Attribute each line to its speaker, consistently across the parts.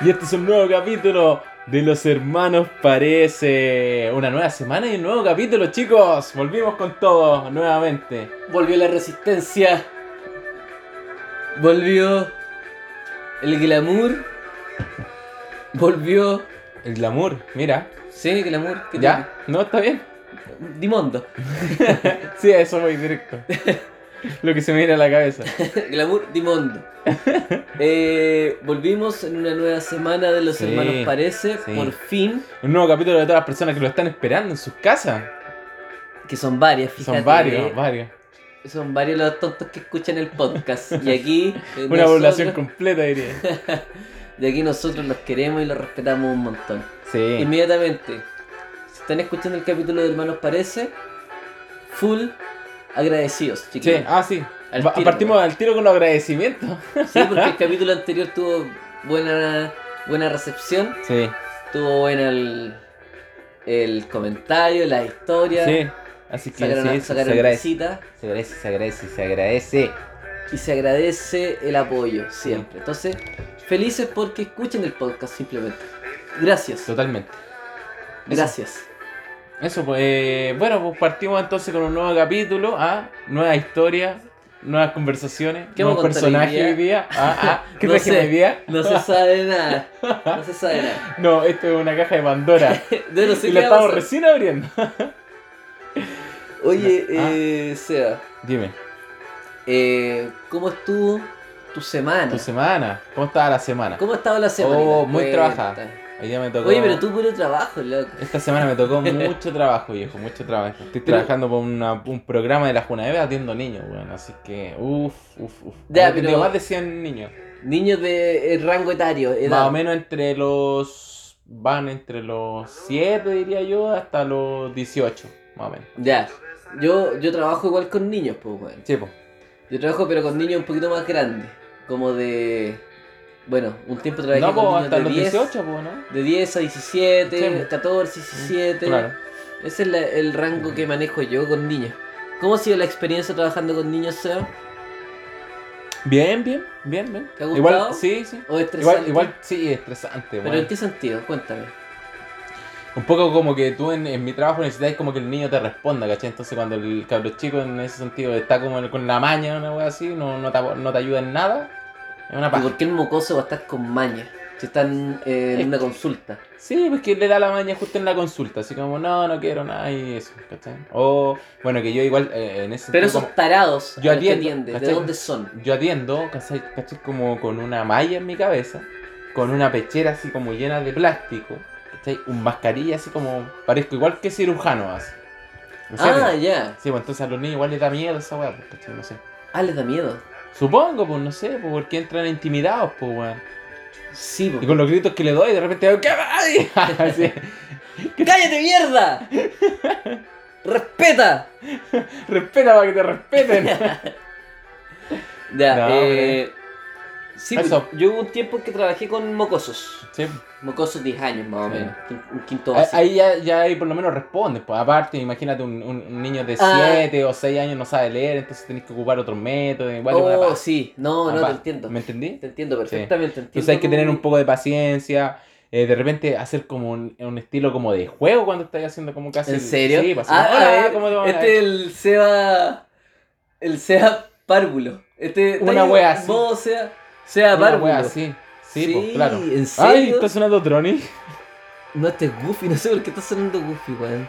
Speaker 1: Y este es un nuevo capítulo de Los Hermanos Parece. Una nueva semana y un nuevo capítulo, chicos. Volvimos con todo nuevamente.
Speaker 2: Volvió la resistencia. Volvió el glamour. Volvió.
Speaker 1: El glamour, mira.
Speaker 2: Sí, glamour. ¿qué
Speaker 1: ¿Ya? ¿No? ¿Está bien?
Speaker 2: tiene? Dimondo.
Speaker 1: Sí, a eso voy directo. Lo que se me viene a la cabeza.
Speaker 2: glamour, Dimondo. Eh, volvimos en una nueva semana de Los
Speaker 1: Sí,
Speaker 2: Hermanos Parece.
Speaker 1: sí.
Speaker 2: Por fin.
Speaker 1: Un nuevo capítulo de todas las personas que lo están esperando en sus casas.
Speaker 2: Que son varias, fíjate.
Speaker 1: Son varios,
Speaker 2: eh.
Speaker 1: varios.
Speaker 2: Son varios los tontos que escuchan el podcast. Y aquí. eh,
Speaker 1: Una población
Speaker 2: nosotros-
Speaker 1: completa, diría.
Speaker 2: Y aquí nosotros los queremos y los respetamos un montón.
Speaker 1: Sí.
Speaker 2: Inmediatamente, si están escuchando el capítulo de Hermanos Parece, full agradecidos,
Speaker 1: Sí,
Speaker 2: chicos.
Speaker 1: ah, sí.
Speaker 2: Al
Speaker 1: Va-
Speaker 2: tiro,
Speaker 1: Partimos al tiro con los agradecimientos.
Speaker 2: Sí, porque el capítulo anterior tuvo buena, buena recepción,
Speaker 1: Sí,
Speaker 2: tuvo buena el, el comentario, la historia.
Speaker 1: sí. Así que
Speaker 2: Sacaron,
Speaker 1: sí,
Speaker 2: sacaron
Speaker 1: se agradece.
Speaker 2: visitas
Speaker 1: Se agradece, se agradece, se agradece.
Speaker 2: y se agradece el apoyo siempre. Entonces, felices porque escuchen el podcast simplemente. Gracias,
Speaker 1: Totalmente.
Speaker 2: gracias.
Speaker 1: Eso, pues. eh, bueno, pues partimos entonces con un nuevo capítulo. Ah, nueva historia, nuevas conversaciones,
Speaker 2: ¿Qué
Speaker 1: nuevos
Speaker 2: vamos a contar
Speaker 1: personajes
Speaker 2: hoy
Speaker 1: hoy día. Ah, ah, ¿Qué
Speaker 2: No
Speaker 1: trajimos
Speaker 2: sé.
Speaker 1: hoy día?
Speaker 2: No se sabe nada, no se sabe nada.
Speaker 1: No, esto es una caja de Pandora.
Speaker 2: Yo no sé
Speaker 1: y la
Speaker 2: qué va a
Speaker 1: estamos
Speaker 2: pasar.
Speaker 1: recién abriendo.
Speaker 2: Oye,
Speaker 1: Ah.
Speaker 2: eh, Seba,
Speaker 1: Dime,
Speaker 2: eh, ¿cómo estuvo tu semana?
Speaker 1: tu semana, ¿cómo estaba la semana?
Speaker 2: ¿Cómo ha estado la semana?
Speaker 1: Oh, muy trabajada. Hoy día me tocó.
Speaker 2: Oye, pero tú puro trabajo, loco.
Speaker 1: Esta semana me tocó mucho trabajo, viejo, mucho trabajo. Estoy
Speaker 2: Pero-
Speaker 1: trabajando por una- un programa de la Junaveva atiendo niños, weón. Así que, uff, uff, uff.
Speaker 2: Ya,
Speaker 1: Tengo
Speaker 2: pero-
Speaker 1: más de 100 niños.
Speaker 2: Niños de eh, rango etario, edad.
Speaker 1: Más o menos entre los. Van entre los 7, diría yo, hasta los 18, más o menos.
Speaker 2: Ya. Yo, yo trabajo igual con niños, pues, weón.
Speaker 1: Sí, po.
Speaker 2: Yo trabajo, pero con niños un poquito más grandes. Como de. Bueno, un tiempo trabajé
Speaker 1: No,
Speaker 2: con
Speaker 1: po,
Speaker 2: niños
Speaker 1: hasta
Speaker 2: de
Speaker 1: los
Speaker 2: 10,
Speaker 1: 18, po, ¿no?
Speaker 2: De 10 a 17,
Speaker 1: Sí. pues.
Speaker 2: 14, 17.
Speaker 1: Claro.
Speaker 2: Ese es la- el rango que manejo yo con niños. ¿Cómo ha sido la experiencia trabajando con niños, Seba?
Speaker 1: Bien, bien, bien, bien.
Speaker 2: ¿Te ha gustado?
Speaker 1: Igual, sí, sí.
Speaker 2: ¿O
Speaker 1: Igual,
Speaker 2: estresante?
Speaker 1: igual, sí, estresante,
Speaker 2: ¿Pero
Speaker 1: weón.
Speaker 2: en qué sentido? Cuéntame.
Speaker 1: Un poco como que tú en, en mi trabajo necesitáis como que el niño te responda, ¿cachai? Entonces cuando el cabro chico en ese sentido está como con la maña o una wea así, no, no, te, no te ayuda en nada, es una
Speaker 2: ¿Y
Speaker 1: paja.
Speaker 2: por qué el mocoso va a estar con maña? Si están eh, en una consulta.
Speaker 1: Sí, pues que le da la maña justo en la consulta, así como, no, no quiero nada y eso, ¿cachai? O, bueno, que yo igual eh, en ese
Speaker 2: Pero
Speaker 1: sentido
Speaker 2: esos tarados,
Speaker 1: Yo
Speaker 2: a los que
Speaker 1: atiendo,
Speaker 2: atiendes, ¿de
Speaker 1: ¿cachai?
Speaker 2: dónde son?
Speaker 1: como- yo atiendo, ¿cachai? ¿cachai? Como con una malla en mi cabeza, con una pechera así como llena de plástico, ¿cachai? Un mascarilla así como, parezco igual que cirujano así. No sé, mira.
Speaker 2: Ah, ya.
Speaker 1: Sí, pues entonces a los niños igual les da miedo esa weá, pues, ¿cachai? No sé.
Speaker 2: Ah, les da miedo.
Speaker 1: Supongo, pues no sé, pues porque entran intimidados, pues weón.
Speaker 2: Sí,
Speaker 1: Y
Speaker 2: porque...
Speaker 1: con los gritos que le doy, de repente veo, ¡qué ay! Así,
Speaker 2: ¡Cállate, mierda! ¡Respeta!
Speaker 1: Respeta para que te respeten.
Speaker 2: Ya,
Speaker 1: No,
Speaker 2: eh... Sí, pues,
Speaker 1: Eso.
Speaker 2: yo hubo un tiempo que trabajé con mocosos.
Speaker 1: Sí,
Speaker 2: Mocosos 10 años más o
Speaker 1: Sí.
Speaker 2: menos. quin- Un quinto
Speaker 1: ahí-
Speaker 2: básico.
Speaker 1: ahí ya, ya ahí por lo menos respondes, pues aparte, imagínate un, un- un niño de
Speaker 2: Ah.
Speaker 1: 7 o 6 años no sabe leer, entonces tenés que ocupar otros métodos, igual es una
Speaker 2: oh,
Speaker 1: paja.
Speaker 2: sí. No,
Speaker 1: Una
Speaker 2: no, te
Speaker 1: paja.
Speaker 2: entiendo.
Speaker 1: ¿Me entendí?
Speaker 2: Te entiendo perfectamente. Entiendo
Speaker 1: Entonces hay que tener
Speaker 2: tu-
Speaker 1: un poco de paciencia. eh, de repente hacer como un, un estilo como de juego cuando estás haciendo como casi...
Speaker 2: ¿En
Speaker 1: el-
Speaker 2: serio?
Speaker 1: Sí, pues, así,
Speaker 2: Ah,
Speaker 1: "Hola,
Speaker 2: a ver,
Speaker 1: ¿cómo te va?"
Speaker 2: este es el Seba. El Seba Párvulo. Este,
Speaker 1: Una
Speaker 2: ¿estáis-
Speaker 1: wea así.
Speaker 2: Vos, Seba, Seba
Speaker 1: Una
Speaker 2: Párvulo.
Speaker 1: wea así. Sí, pues, claro.
Speaker 2: ¿En
Speaker 1: Ay,
Speaker 2: serio?
Speaker 1: está sonando Tronic.
Speaker 2: No, este es Goofy. No sé por qué está sonando Goofy, weón.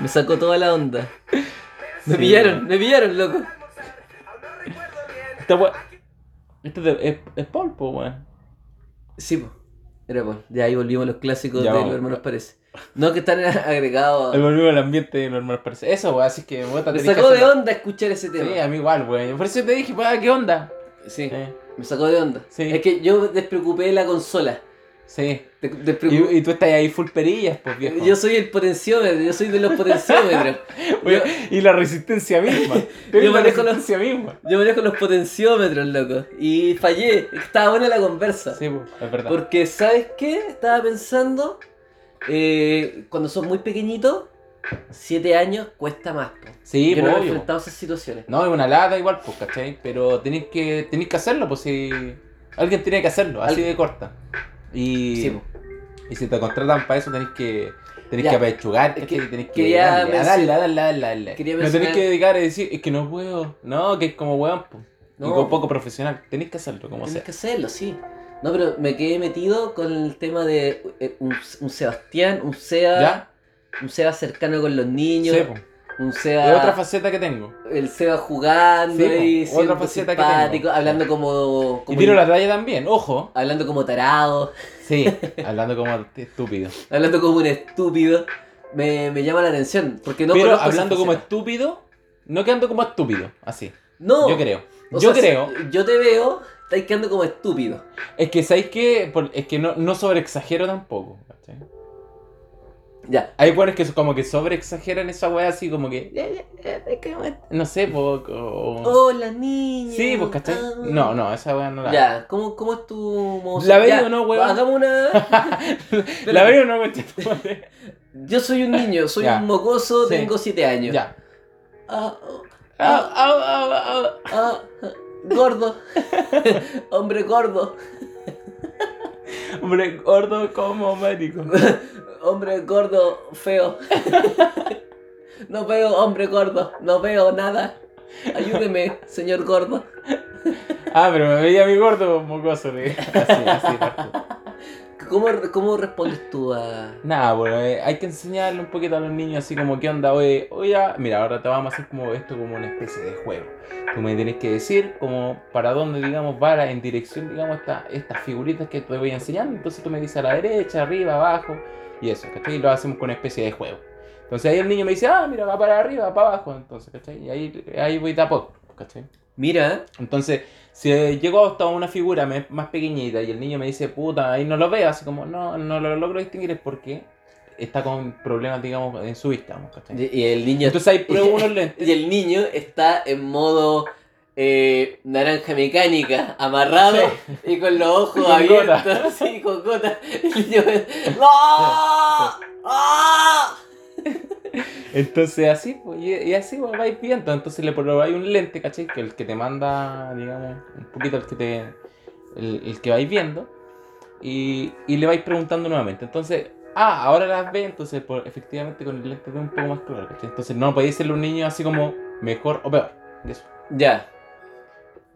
Speaker 2: Me sacó toda la onda. Me
Speaker 1: Sí,
Speaker 2: pillaron,
Speaker 1: weón.
Speaker 2: me pillaron, loco.
Speaker 1: Esta wea- Este es, de- es, es Paul, po, weón.
Speaker 2: Sí, po. Era bueno. Ya ahí volvimos a los clásicos
Speaker 1: Ya
Speaker 2: de
Speaker 1: vamos.
Speaker 2: los hermanos parece. No que están agregados.
Speaker 1: El
Speaker 2: a-
Speaker 1: volvimos al ambiente normal parece. Eso, weón, así que weón,
Speaker 2: Me
Speaker 1: tenés que
Speaker 2: Ah. sacó de
Speaker 1: hacerlo.
Speaker 2: onda escuchar ese
Speaker 1: Sí,
Speaker 2: tema.
Speaker 1: a mí igual, weón. Por eso te dije, weón, ¿qué onda?
Speaker 2: Sí,
Speaker 1: Eh,
Speaker 2: me sacó de onda.
Speaker 1: Sí.
Speaker 2: Es que yo despreocupé la consola.
Speaker 1: sí.
Speaker 2: Des- despreocupé-
Speaker 1: Y, y tú estás ahí full perillas, pues viejo.
Speaker 2: Yo soy el potenciómetro, yo soy de los potenciómetros.
Speaker 1: Weón, Y la resistencia misma. Tú eres
Speaker 2: Yo
Speaker 1: la
Speaker 2: manejo los-
Speaker 1: resistencia misma.
Speaker 2: Yo manejo los potenciómetros, loco. Y fallé, estaba buena la conversa.
Speaker 1: Sí, pues, es verdad.
Speaker 2: Porque, ¿sabes qué? Estaba pensando, eh, cuando son muy pequeñitos, 7 años cuesta más. po.
Speaker 1: Sí,
Speaker 2: Yo
Speaker 1: pues,
Speaker 2: no me he
Speaker 1: obvio, po.
Speaker 2: enfrentado a esas situaciones.
Speaker 1: No, es una lata igual, pues, ¿cachai? Pero tenés que, tenés que hacerlo, pues si. Alguien tiene que hacerlo, así
Speaker 2: Al-
Speaker 1: de corta. Y,
Speaker 2: Sí, po.
Speaker 1: y si te contratan para eso, tenés que, tenés
Speaker 2: Ya.
Speaker 1: que apechugar,
Speaker 2: Es
Speaker 1: ¿cachai?
Speaker 2: que
Speaker 1: tenés que
Speaker 2: quería
Speaker 1: darle, a
Speaker 2: mencio-
Speaker 1: darle, a darle, a darle, a darle.
Speaker 2: quería
Speaker 1: No
Speaker 2: mencionar-
Speaker 1: tenés que dedicar a decir, es que no puedo. No, que es como weón, pues. po.
Speaker 2: No,
Speaker 1: y como poco profesional. Tenés que hacerlo, como
Speaker 2: tenés
Speaker 1: sea.
Speaker 2: que hacerlo, sí. No, pero me quedé metido con el tema de eh, un, un Sebastián, un SEA,
Speaker 1: ¿Ya?
Speaker 2: un SEA cercano con los niños,
Speaker 1: Sí, po.
Speaker 2: un
Speaker 1: Es
Speaker 2: SEA,
Speaker 1: otra faceta que tengo.
Speaker 2: el SEA jugando
Speaker 1: Sí, po,
Speaker 2: ahí,
Speaker 1: otra
Speaker 2: siendo
Speaker 1: faceta que
Speaker 2: simpático,
Speaker 1: tengo.
Speaker 2: hablando como,
Speaker 1: Y
Speaker 2: como
Speaker 1: tiro la talla también, ojo.
Speaker 2: hablando como tarado,
Speaker 1: Sí, hablando como estúpido.
Speaker 2: hablando como un estúpido, me, me llama la atención, porque no
Speaker 1: Pero
Speaker 2: conozco esa
Speaker 1: hablando como
Speaker 2: faceta.
Speaker 1: estúpido, no quedando como estúpido, así.
Speaker 2: No,
Speaker 1: Yo creo.
Speaker 2: o
Speaker 1: yo
Speaker 2: sea,
Speaker 1: creo.
Speaker 2: si- Yo te veo, estáis quedando como estúpido.
Speaker 1: Es que, ¿sabéis qué? Por- Es que no, no sobreexagero tampoco. ¿cachai?
Speaker 2: Ya.
Speaker 1: Hay buenos que so- como que sobreexageran esa weá así como que, no sé, poco. o-
Speaker 2: Hola, niña.
Speaker 1: Sí, pues, ¿cachai?
Speaker 2: Oh, Ah.
Speaker 1: No, no, esa weá no la.
Speaker 2: Ya, ¿cómo, cómo es tu modo
Speaker 1: ¿La
Speaker 2: social?
Speaker 1: veo o no, huevón?
Speaker 2: Hagamos una.
Speaker 1: La veo no me chiste.
Speaker 2: Yo soy un niño, soy
Speaker 1: Ya.
Speaker 2: un mocoso,
Speaker 1: Sí.
Speaker 2: tengo 7 años.
Speaker 1: Ya.
Speaker 2: Ah, oh,
Speaker 1: Au, au, au, au.
Speaker 2: ah, gordo. Hombre gordo.
Speaker 1: Hombre gordo como médico.
Speaker 2: Hombre gordo feo. No veo hombre gordo, no veo nada. Ayúdeme, señor gordo.
Speaker 1: Ah, pero me veía mi gordo mocoso. le- Así, así. parto.
Speaker 2: ¿Cómo, cómo respondes tú a.?
Speaker 1: Nada, bueno, eh, hay que enseñarle un poquito a los niños así como qué onda, oye, oye, ah, mira, ahora te vamos a hacer como esto como una especie de juego. Tú me tienes que decir como para dónde, digamos, va la- en dirección, digamos, esta- estas figuritas que te voy enseñando. Entonces tú me dices a la derecha, arriba, abajo, y eso, ¿cachai? Y lo hacemos con una especie de juego. Entonces ahí el niño me dice, ah, mira, va para arriba, va para abajo, entonces, ¿cachai? Y ahí, ahí voy de a poco, ¿cachai?
Speaker 2: Mira,
Speaker 1: Entonces, si llego hasta una figura me- más pequeñita y el niño me dice, puta, ahí no lo veo, así como, no, no lo logro distinguir, es porque está con problemas, digamos, en su vista, vamos, ¿cachai?
Speaker 2: y y el niño
Speaker 1: Entonces ahí pruebo unos lentes.
Speaker 2: Y el niño está en modo eh, naranja mecánica, amarrado y con los ojos
Speaker 1: Con
Speaker 2: abiertos, sí, con gotas. El niño ¡No! ¡Ah!
Speaker 1: Entonces así, pues, y, y así pues, vais viendo. Entonces le probáis un lente, ¿cachai? Que el que te manda, digamos, un poquito el que te. el, el que vais viendo. Y, y le vais preguntando nuevamente. Entonces, ah, ahora las ve, entonces por- efectivamente con el lente ve un poco más claro, ¿cachai? Entonces no podéis ser un niño así como mejor o peor. de eso.
Speaker 2: Ya,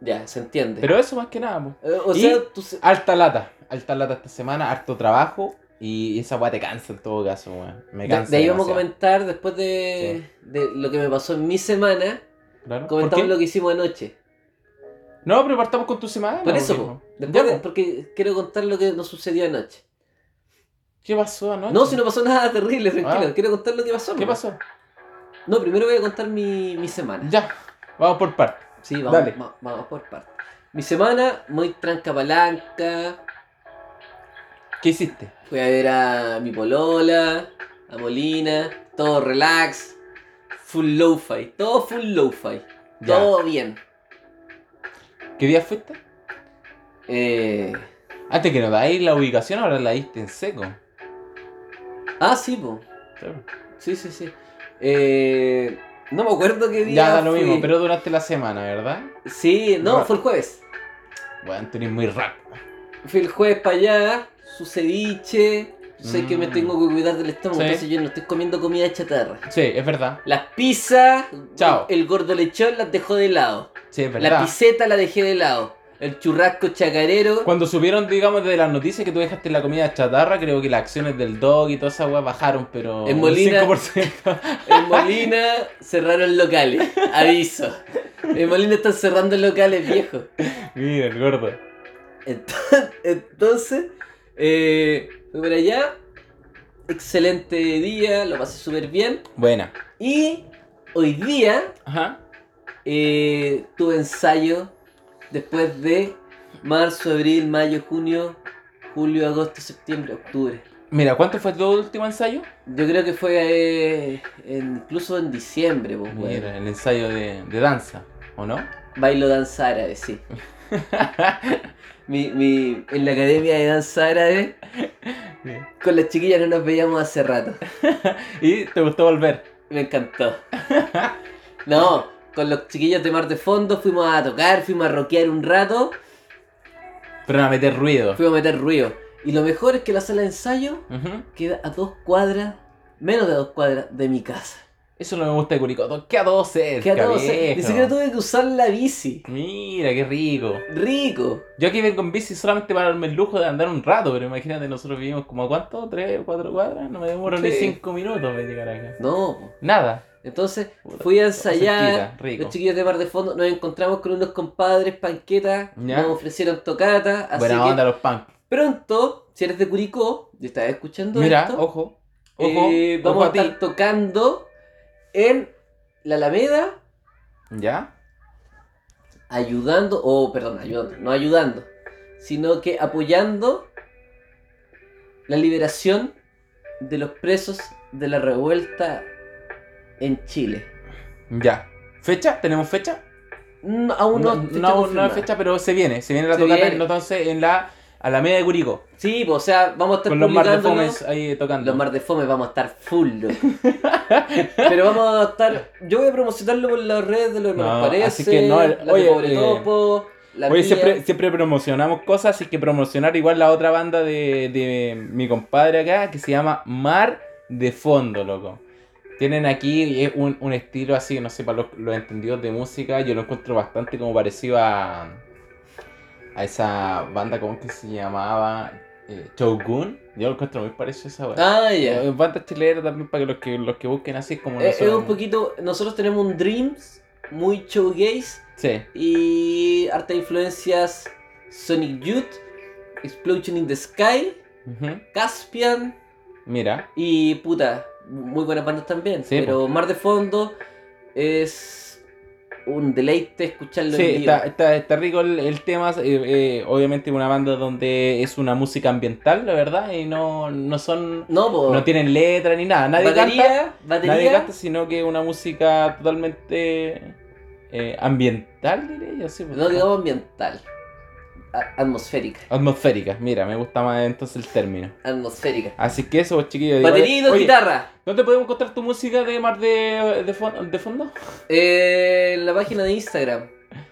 Speaker 2: ya, se entiende.
Speaker 1: Pero eso más que nada, pues.
Speaker 2: Eh, o
Speaker 1: y-
Speaker 2: sea, tú se-
Speaker 1: Alta lata, alta lata esta semana, harto trabajo. Y esa weá te cansa en todo caso, weón. Me
Speaker 2: de,
Speaker 1: cansa.
Speaker 2: de ahí vamos a
Speaker 1: demasiado.
Speaker 2: comentar después de, de lo que me pasó en mi semana,
Speaker 1: Claro. ¿Por
Speaker 2: comentamos
Speaker 1: qué?
Speaker 2: lo que hicimos anoche.
Speaker 1: No, pero partamos con tu semana.
Speaker 2: Por
Speaker 1: pues,
Speaker 2: eso, po.
Speaker 1: viejo.
Speaker 2: después,
Speaker 1: Ya,
Speaker 2: de- porque quiero contar lo que nos sucedió anoche.
Speaker 1: ¿Qué pasó anoche?
Speaker 2: No, si no pasó nada terrible, tranquilo.
Speaker 1: Ah.
Speaker 2: Quiero contar lo que pasó.
Speaker 1: ¿Qué
Speaker 2: nomás.
Speaker 1: pasó?
Speaker 2: No, primero voy a contar mi, mi semana.
Speaker 1: Ya, vamos por partes.
Speaker 2: Sí, vamos,
Speaker 1: Dale.
Speaker 2: va- vamos por partes. Mi semana, muy tranca palanca.
Speaker 1: ¿Qué hiciste?
Speaker 2: Fui a ver a mi polola, a Molina, todo relax, full lo-fi, todo full lo-fi,
Speaker 1: Ya.
Speaker 2: todo bien.
Speaker 1: ¿Qué día fuiste?
Speaker 2: Eh,
Speaker 1: Antes que nos dais la ubicación, ahora la diste en seco.
Speaker 2: Ah, sí, po. Sí, sí, sí. Eh, No me acuerdo qué día.
Speaker 1: Ya da lo
Speaker 2: fui.
Speaker 1: mismo, pero durante la semana, ¿verdad?
Speaker 2: Sí, no,
Speaker 1: Ra-
Speaker 2: fue el jueves.
Speaker 1: Bueno, tú eres muy rápido.
Speaker 2: Fui el jueves para allá, su ceviche. Yo sé que me
Speaker 1: Mm.
Speaker 2: tengo que cuidar del estómago,
Speaker 1: Sí.
Speaker 2: entonces yo no estoy comiendo comida chatarra.
Speaker 1: Sí, es verdad.
Speaker 2: Las pizzas,
Speaker 1: Chao.
Speaker 2: El, el gordo lechón las dejó de lado.
Speaker 1: Sí, es
Speaker 2: La
Speaker 1: verdad.
Speaker 2: piseta la dejé de lado. El churrasco chacarero.
Speaker 1: Cuando subieron, digamos, de las noticias que tú dejaste la comida chatarra, creo que las acciones del dog y toda esa weá bajaron, pero.
Speaker 2: En
Speaker 1: un
Speaker 2: Molina-
Speaker 1: 5%.
Speaker 2: En Molina cerraron locales. Aviso. En Molina están cerrando locales, viejo.
Speaker 1: Mira, el gordo.
Speaker 2: Ento- Entonces, eh, fui para allá. Excelente día, lo pasé súper bien.
Speaker 1: Buena.
Speaker 2: Y hoy día
Speaker 1: Ajá.
Speaker 2: eh, tuve ensayo después de marzo, abril, mayo, junio, julio, agosto, septiembre, octubre.
Speaker 1: Mira, ¿cuánto fue tu último ensayo?
Speaker 2: Yo creo que fue eh, en- incluso en diciembre, pues, weón.
Speaker 1: Mira, el ensayo de, de danza, ¿o no?
Speaker 2: Bailo danza árabe, sí. Mi- mi- en la academia de danza árabe, con las chiquillas no nos veíamos hace rato.
Speaker 1: ¿Y te gustó volver?
Speaker 2: Me encantó. No, con los chiquillos de Mar de Fondo fuimos a tocar, fuimos a rockear un rato,
Speaker 1: Pero no, a meter ruido.
Speaker 2: fuimos a meter ruido. Y lo mejor es que la sala de ensayo
Speaker 1: Ujú.
Speaker 2: queda a dos cuadras, menos de dos cuadras de mi casa.
Speaker 1: Eso es lo que me gusta de Curicó. ¿Qué a 12?
Speaker 2: Que a todos, ni siquiera tuve que usar la bici.
Speaker 1: Mira, qué rico.
Speaker 2: Rico.
Speaker 1: Yo aquí vengo en bici solamente para darme el lujo de andar un rato, pero imagínate, nosotros vivimos como a cuánto, tres, cuatro cuadras, no me demoro ni
Speaker 2: Sí.
Speaker 1: cinco minutos para llegar acá.
Speaker 2: No, po.
Speaker 1: Nada.
Speaker 2: entonces
Speaker 1: Puta,
Speaker 2: fui a
Speaker 1: todo
Speaker 2: ensayar.
Speaker 1: cerquita, rico.
Speaker 2: Los chiquillos de Mar de Fondo nos encontramos con unos compadres panquetas,
Speaker 1: Ya.
Speaker 2: nos ofrecieron tocata, así
Speaker 1: Buena
Speaker 2: que
Speaker 1: onda los punk.
Speaker 2: pronto, si eres de Curicó, y estás escuchando
Speaker 1: Mira,
Speaker 2: esto,
Speaker 1: ojo. Ojo.
Speaker 2: eh,
Speaker 1: ojo
Speaker 2: vamos a
Speaker 1: a ti.
Speaker 2: estar tocando en la Alameda,
Speaker 1: ¿Ya?
Speaker 2: ayudando, o perdón, ayudando, no ayudando, sino que apoyando la liberación de los presos de la revuelta en Chile.
Speaker 1: Ya. ¿Fecha? ¿Tenemos fecha?
Speaker 2: Mm, aún no,
Speaker 1: no,
Speaker 2: fecha
Speaker 1: no, no
Speaker 2: confirmada.
Speaker 1: hay fecha, pero se viene. Se viene la
Speaker 2: Se
Speaker 1: tocata
Speaker 2: viene.
Speaker 1: entonces en la Alameda de Curicó.
Speaker 2: Sí, pues, o sea, vamos a estar
Speaker 1: Con los Mar de
Speaker 2: publicándolo.
Speaker 1: Fomes ahí tocando.
Speaker 2: Los Mar de Fome vamos a estar full, loco. Pero vamos a estar. Yo voy a promocionarlo por las redes de lo que
Speaker 1: No,
Speaker 2: nos parece.
Speaker 1: así que no, el-
Speaker 2: la
Speaker 1: oye,
Speaker 2: de Pobre
Speaker 1: eh,
Speaker 2: Topo, la
Speaker 1: Oye,
Speaker 2: mía.
Speaker 1: siempre, siempre promocionamos cosas, así que promocionar igual la otra banda de, de mi compadre acá, que se llama Mar de Fondo, loco. Tienen aquí eh, un, un estilo así, no sé, para los, los entendidos de música, yo lo encuentro bastante como parecido a, a esa banda, ¿cómo es que se llamaba? Eh, Shogun. Yo lo encuentro muy parecido a esa banda.
Speaker 2: Ah, ya.
Speaker 1: Eh, Banda chilena también para que los que, los que busquen así es como
Speaker 2: Eh, es
Speaker 1: nosotros.
Speaker 2: un poquito. Nosotros tenemos un Dreams muy showgaze
Speaker 1: Sí,
Speaker 2: y harta influencias Sonic Youth, Explosion in the Sky,
Speaker 1: ujú,
Speaker 2: Caspian
Speaker 1: mira.
Speaker 2: y puta, muy buenas bandas también.
Speaker 1: Sí,
Speaker 2: pero Mar de Fondo es un deleite escucharlo
Speaker 1: Sí,
Speaker 2: en vivo.
Speaker 1: está, está, está rico el, el tema. eh, eh, obviamente una banda donde es una música ambiental, la verdad, y no, no son...
Speaker 2: No, po.
Speaker 1: No tienen letra ni nada. Nadie
Speaker 2: batería,
Speaker 1: canta,
Speaker 2: batería.
Speaker 1: nadie canta, sino que una música totalmente eh, ambiental, diría yo. sí, pues.
Speaker 2: No digamos ambiental. A- atmosférica.
Speaker 1: Atmosférica, mira, me gusta más entonces el término.
Speaker 2: Atmosférica.
Speaker 1: Así que eso, chiquillos.
Speaker 2: batería y
Speaker 1: igual-
Speaker 2: dos
Speaker 1: Oye,
Speaker 2: guitarras.
Speaker 1: ¿Dónde podemos encontrar tu música de Mar de, de, fon- de Fondo?
Speaker 2: Eh, en la página de Instagram.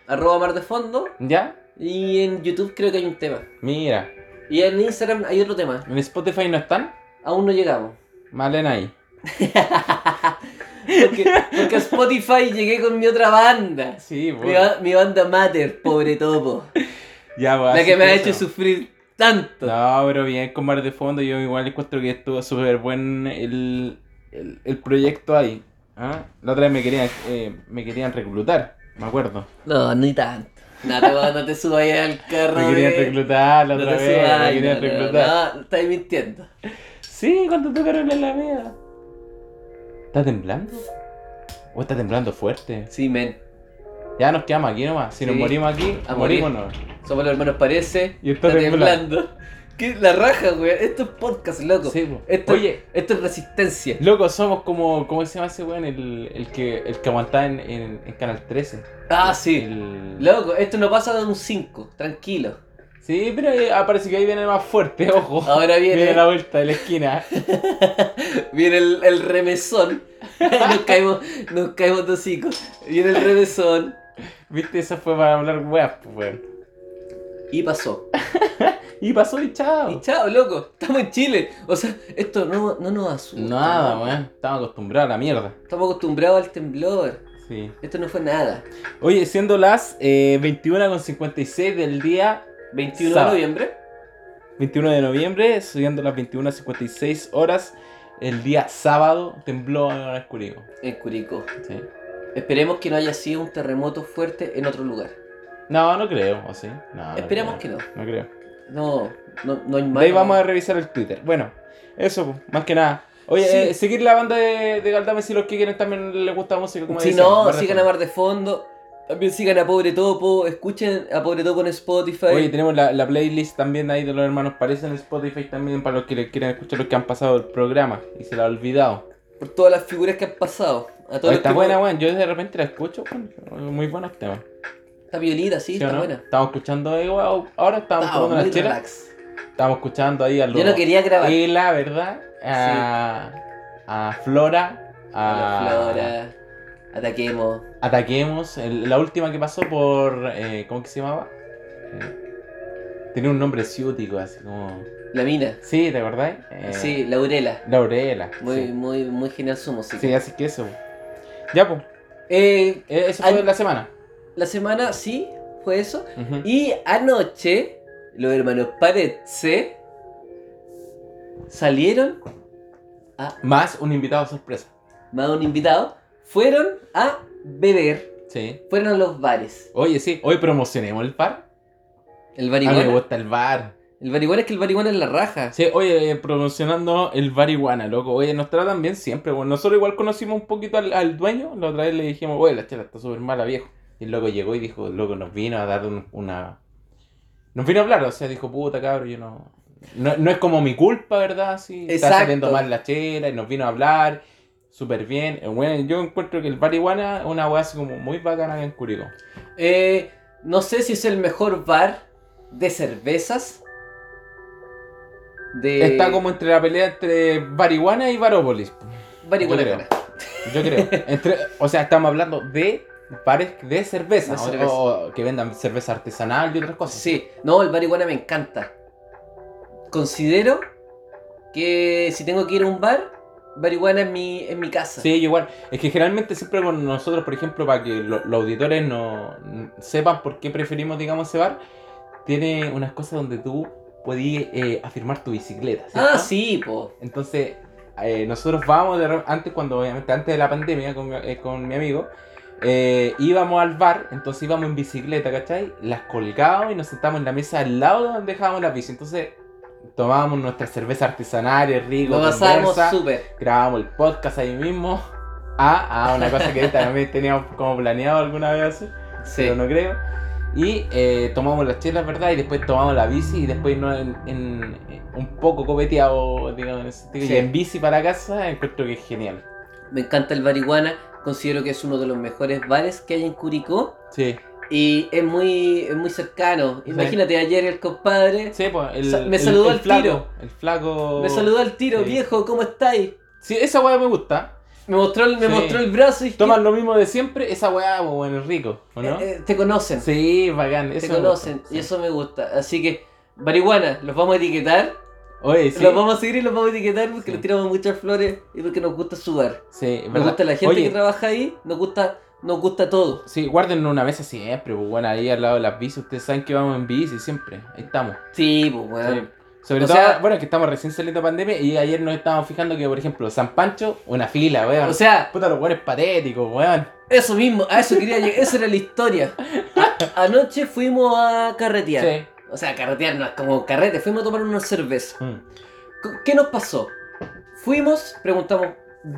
Speaker 2: Arroba mar de fondo.
Speaker 1: ¿Ya?
Speaker 2: Y en YouTube creo que hay un tema.
Speaker 1: Mira,
Speaker 2: Y en Instagram hay otro tema.
Speaker 1: ¿en Spotify no están?
Speaker 2: Aún no llegamos.
Speaker 1: Malena ahí.
Speaker 2: Porque, porque a Spotify llegué con mi otra banda.
Speaker 1: Sí, pues.
Speaker 2: Mi,
Speaker 1: bueno.
Speaker 2: ba- mi banda Mater, pobre topo.
Speaker 1: Ya, pues,
Speaker 2: La
Speaker 1: así
Speaker 2: que me ha hecho
Speaker 1: eso.
Speaker 2: sufrir tanto.
Speaker 1: No, pero bien con Mar de Fondo, yo igual encuentro que estuvo súper buen el, el, el proyecto ahí. ¿ah? La otra vez me querían, eh, me querían reclutar, me acuerdo.
Speaker 2: No, ni tanto. No te, no te subas ahí al carro.
Speaker 1: Me querían
Speaker 2: de-
Speaker 1: reclutar la
Speaker 2: No
Speaker 1: otra
Speaker 2: te
Speaker 1: vez,
Speaker 2: subas,
Speaker 1: me querían
Speaker 2: no, no,
Speaker 1: reclutar.
Speaker 2: no, estáis mintiendo.
Speaker 1: Sí, cuando tocaron en la mía. ¿Está temblando? ¿O está temblando fuerte?
Speaker 2: Sí, men.
Speaker 1: Ya nos quedamos aquí nomás, si nos
Speaker 2: Sí.
Speaker 1: morimos aquí,
Speaker 2: A morir.
Speaker 1: morimos nomás.
Speaker 2: Somos los hermanos parece.
Speaker 1: Y está temblando.
Speaker 2: temblando. ¿Qué? La raja, güey. Esto es podcast, loco.
Speaker 1: Sí, po.
Speaker 2: Esto,
Speaker 1: Oye,
Speaker 2: esto es resistencia.
Speaker 1: loco, somos como, ¿cómo se llama ese weón? El, el que, el que aguantaba en, en- en Canal 13.
Speaker 2: Ah, sí.
Speaker 1: El-
Speaker 2: Loco, esto no pasa de un 5. Tranquilo.
Speaker 1: Sí, pero eh, ah, parece que ahí viene más fuerte, ojo.
Speaker 2: Ahora
Speaker 1: Oh, viene,
Speaker 2: Ah, viene,
Speaker 1: a la vuelta de la esquina.
Speaker 2: viene el, el remesón. nos caímos, nos caímos de hocico. Viene el remesón.
Speaker 1: Viste, eso fue para hablar weas, pues, weón.
Speaker 2: Y pasó.
Speaker 1: Y pasó y chao.
Speaker 2: Y chao, loco. Estamos en Chile. O sea, esto no, no nos asusta.
Speaker 1: Nada,
Speaker 2: loco.
Speaker 1: weón. Estamos acostumbrados a la mierda.
Speaker 2: Estamos acostumbrados al temblor.
Speaker 1: Sí.
Speaker 2: Esto no fue nada.
Speaker 1: Oye, siendo las eh, 21.56 del día
Speaker 2: 21
Speaker 1: Sábado.
Speaker 2: de noviembre.
Speaker 1: 21 de noviembre, siendo las 21.56 horas, el día sábado tembló en el Curicó.
Speaker 2: En Curicó.
Speaker 1: Sí.
Speaker 2: Esperemos que no haya sido un terremoto fuerte en otro lugar.
Speaker 1: No, no creo, ¿o sí? Ah, No, no
Speaker 2: Esperemos
Speaker 1: creo.
Speaker 2: que no.
Speaker 1: No creo.
Speaker 2: No, no, no hay
Speaker 1: De ahí
Speaker 2: mano.
Speaker 1: vamos a revisar el Twitter. Bueno, eso, pues, más que nada. Oye,
Speaker 2: Sí.
Speaker 1: eh, seguir la banda de, de Galdame si los que quieren también les gusta la música. Como
Speaker 2: Si
Speaker 1: decía,
Speaker 2: no,
Speaker 1: Mar de
Speaker 2: sigan a
Speaker 1: Fondo.
Speaker 2: Mar de Fondo. También sigan a Pobre Topo. Escuchen a Pobre Topo en Spotify.
Speaker 1: Oye, tenemos la, la playlist también ahí de los hermanos. Parece en Spotify también para los que le quieran escuchar los que han pasado el programa y se la ha olvidado.
Speaker 2: Por todas las figuras que han pasado. A todos
Speaker 1: Oye,
Speaker 2: los
Speaker 1: está
Speaker 2: que-
Speaker 1: buena, weón. Yo de repente la escucho, weón. Muy buenos temas.
Speaker 2: Está violita, sí,
Speaker 1: ¿Sí o
Speaker 2: está
Speaker 1: no?
Speaker 2: buena.
Speaker 1: Estamos escuchando ahí, weón. Ahora estamos
Speaker 2: Estaba
Speaker 1: tomando
Speaker 2: muy
Speaker 1: las chelas.
Speaker 2: relax.
Speaker 1: Estamos escuchando ahí a los.
Speaker 2: Yo no quería grabar.
Speaker 1: Y la verdad, a, a Flora. Ah.
Speaker 2: A la Flora. Ataquemos.
Speaker 1: Ataquemos. el- la última que pasó por. eh, ¿Cómo que se llamaba? Eh, Tenía un nombre ciútico, así como.
Speaker 2: La mina.
Speaker 1: Sí, ¿te acordáis? Eh,
Speaker 2: Sí, Laurela.
Speaker 1: Laurela.
Speaker 2: Muy,
Speaker 1: sí.
Speaker 2: muy, muy genial su música.
Speaker 1: Sí, así que eso. Ya, pues.
Speaker 2: Eh,
Speaker 1: eh, Eso fue
Speaker 2: Ay.
Speaker 1: la semana.
Speaker 2: la semana sí fue eso.
Speaker 1: Ujú.
Speaker 2: Y anoche, los hermanos Paretse salieron
Speaker 1: Más un invitado sorpresa.
Speaker 2: más un invitado, fueron a beber,
Speaker 1: Sí.
Speaker 2: fueron a los bares.
Speaker 1: Oye, sí, hoy promocionemos el bar.
Speaker 2: El
Speaker 1: A mí Ah, me
Speaker 2: bariguana.
Speaker 1: gusta el bar.
Speaker 2: El bariguana es que el bariguana es la raja.
Speaker 1: Sí, oye, eh, promocionando el bar Iguana, loco. Oye, nos tratan bien siempre. Bueno, nosotros igual conocimos un poquito al, al dueño. La otra vez le dijimos, oye, la chela está súper mala, viejo. Y el loco llegó y dijo, loco, nos vino a dar un- una. Nos vino a hablar, o sea, dijo, puta cabrón, yo no. No, no es como mi culpa, ¿verdad? Sí, está
Speaker 2: Exacto.
Speaker 1: saliendo mal la chela y nos vino a hablar. Súper bien. Eh, Bueno, yo encuentro que el bar Iguana es una weá así como muy bacana en Curicó.
Speaker 2: Eh, no sé si es el mejor bar de cervezas. De
Speaker 1: Está como entre la pelea entre Bariguana y Barópolis.
Speaker 2: Bariguana.
Speaker 1: yo creo. Yo creo. Entre, o sea, estamos hablando de bares de cerveza.
Speaker 2: De
Speaker 1: o-
Speaker 2: cerveza.
Speaker 1: O, que vendan cerveza artesanal y otras cosas.
Speaker 2: Sí, no, el bariguana me encanta. Considero que si tengo que ir a un bar, bariguana es mi, es mi casa.
Speaker 1: Sí, igual. Es que generalmente siempre con nosotros, por ejemplo, para que lo- los auditores no n- sepan por qué preferimos, digamos, ese bar, tiene unas cosas donde tú puedes eh, afirmar tu bicicleta. ¿cierto?
Speaker 2: Ah, sí, po.
Speaker 1: Entonces, eh, nosotros vamos, de re- antes cuando, obviamente, antes de la pandemia con, mi- eh, con mi amigo, eh, íbamos al bar, entonces íbamos en bicicleta, ¿cachai? Las colgábamos y nos sentábamos en la mesa al lado de donde dejábamos las bici. Entonces, tomábamos nuestra cerveza artesanal, es rico,
Speaker 2: Lo pasábamos
Speaker 1: conversa,
Speaker 2: súper.
Speaker 1: grabábamos el podcast ahí mismo. Ah, ah, una cosa que también teníamos como planeado alguna vez hacer
Speaker 2: Sí.
Speaker 1: pero no creo. Y eh, tomamos las chelas, ¿verdad? Y después tomamos la bici y después no en, en- en- un poco copeteado, digamos, en ese sentido.
Speaker 2: Sí.
Speaker 1: Y en bici para casa encuentro que es genial.
Speaker 2: Me encanta el bariguana. Considero que es uno de los mejores bares que hay en Curicó.
Speaker 1: Sí.
Speaker 2: Y es muy, es muy cercano.
Speaker 1: Sí.
Speaker 2: Imagínate, ayer el compadre
Speaker 1: Sí, pues el,
Speaker 2: Sa- me
Speaker 1: el-
Speaker 2: saludó
Speaker 1: el
Speaker 2: al
Speaker 1: flaco,
Speaker 2: tiro.
Speaker 1: El flaco.
Speaker 2: me saludó al tiro,
Speaker 1: Oh, Sí.
Speaker 2: viejo, ¿cómo estáis?
Speaker 1: Sí, esa weá me gusta.
Speaker 2: Me mostró el, me
Speaker 1: Sí.
Speaker 2: mostró el brazo y
Speaker 1: Toman lo mismo de siempre, esa weá, pues, bueno, es rico, ¿o no?
Speaker 2: te conocen.
Speaker 1: sí, bacán. Eso
Speaker 2: Eh, te
Speaker 1: me
Speaker 2: conocen
Speaker 1: gusta,
Speaker 2: y
Speaker 1: sí.
Speaker 2: eso me gusta. Así que, marihuana, los vamos a etiquetar.
Speaker 1: Oye, sí.
Speaker 2: Los vamos a seguir y los vamos a etiquetar porque
Speaker 1: Sí.
Speaker 2: les tiramos muchas flores y porque nos gusta sudar.
Speaker 1: sí,
Speaker 2: Nos
Speaker 1: verdad.
Speaker 2: gusta la gente
Speaker 1: Oye,
Speaker 2: que trabaja ahí, nos gusta, nos gusta todo.
Speaker 1: Sí, guarden una mesa siempre, pues bueno, ahí al lado de las bicis. Ustedes saben que vamos en bici siempre. Ahí estamos.
Speaker 2: Sí, pues weón.
Speaker 1: Sí. Sobre
Speaker 2: O
Speaker 1: todo,
Speaker 2: sea-
Speaker 1: bueno, es que estamos recién saliendo de pandemia y ayer nos estábamos fijando que, por ejemplo, San Pancho, una fila, weón.
Speaker 2: O sea,
Speaker 1: Puta, los weones patéticos, weón.
Speaker 2: eso mismo, a eso quería llegar, esa era la historia. A- anoche fuimos a carretear.
Speaker 1: Sí.
Speaker 2: O sea, carretear no es como carrete, fuimos a tomar una cerveza.
Speaker 1: Mm.
Speaker 2: Co- ¿Qué nos pasó? Fuimos, preguntamos,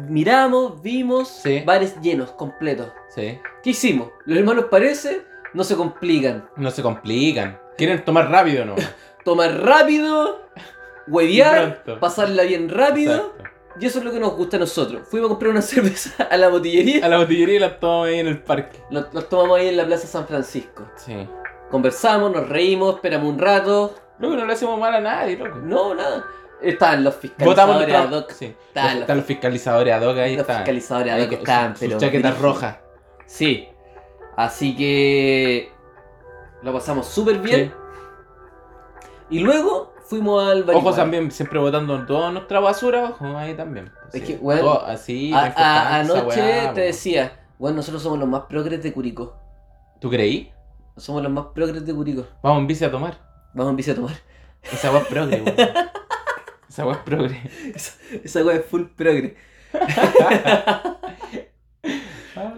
Speaker 2: miramos, vimos
Speaker 1: Sí.
Speaker 2: bares llenos, completos.
Speaker 1: Sí.
Speaker 2: ¿Qué hicimos? Los hermanos parece, no se complican.
Speaker 1: No se complican. Quieren tomar rápido, ¿no?
Speaker 2: Tomar rápido, huevear,
Speaker 1: Pronto.
Speaker 2: pasarla bien rápido.
Speaker 1: Exacto.
Speaker 2: Y eso es lo que nos gusta a nosotros. Fuimos a comprar una cerveza a la botillería.
Speaker 1: A la botillería y la tomamos ahí en el parque.
Speaker 2: Lo- Nos, tomamos ahí en la Plaza San Francisco.
Speaker 1: Sí.
Speaker 2: Conversamos, nos reímos, esperamos un rato.
Speaker 1: Luego no le hacemos mal a nadie, loco.
Speaker 2: No, nada. Estaban los
Speaker 1: Votamos
Speaker 2: fiscalizadores ad hoc.
Speaker 1: Sí.
Speaker 2: Estaban
Speaker 1: Están los fiscalizadores ad hoc ahí.
Speaker 2: Los
Speaker 1: Están.
Speaker 2: fiscalizadores ad
Speaker 1: Ahí
Speaker 2: hoc
Speaker 1: con
Speaker 2: estaban,
Speaker 1: sus-
Speaker 2: pero.
Speaker 1: Sus chaquetas
Speaker 2: brígidos.
Speaker 1: rojas.
Speaker 2: Sí. Así que. Lo pasamos súper bien. Y luego fuimos al Bariguán.
Speaker 1: Ojo también, siempre botando toda nuestra basura, ojo, ahí también. Sí.
Speaker 2: Es que, weón,
Speaker 1: Todo así,
Speaker 2: A- a-
Speaker 1: refrescante, esa
Speaker 2: anoche
Speaker 1: weá,
Speaker 2: te
Speaker 1: weón.
Speaker 2: decía, bueno, nosotros somos los más progres de Curicó.
Speaker 1: ¿Tú creí?
Speaker 2: Somos los más progres de Curicó.
Speaker 1: Vamos en bici a tomar.
Speaker 2: Vamos a empezar a tomar.
Speaker 1: Esa weá es progre, weón. Esa weá es progre.
Speaker 2: Esa weá es full progre.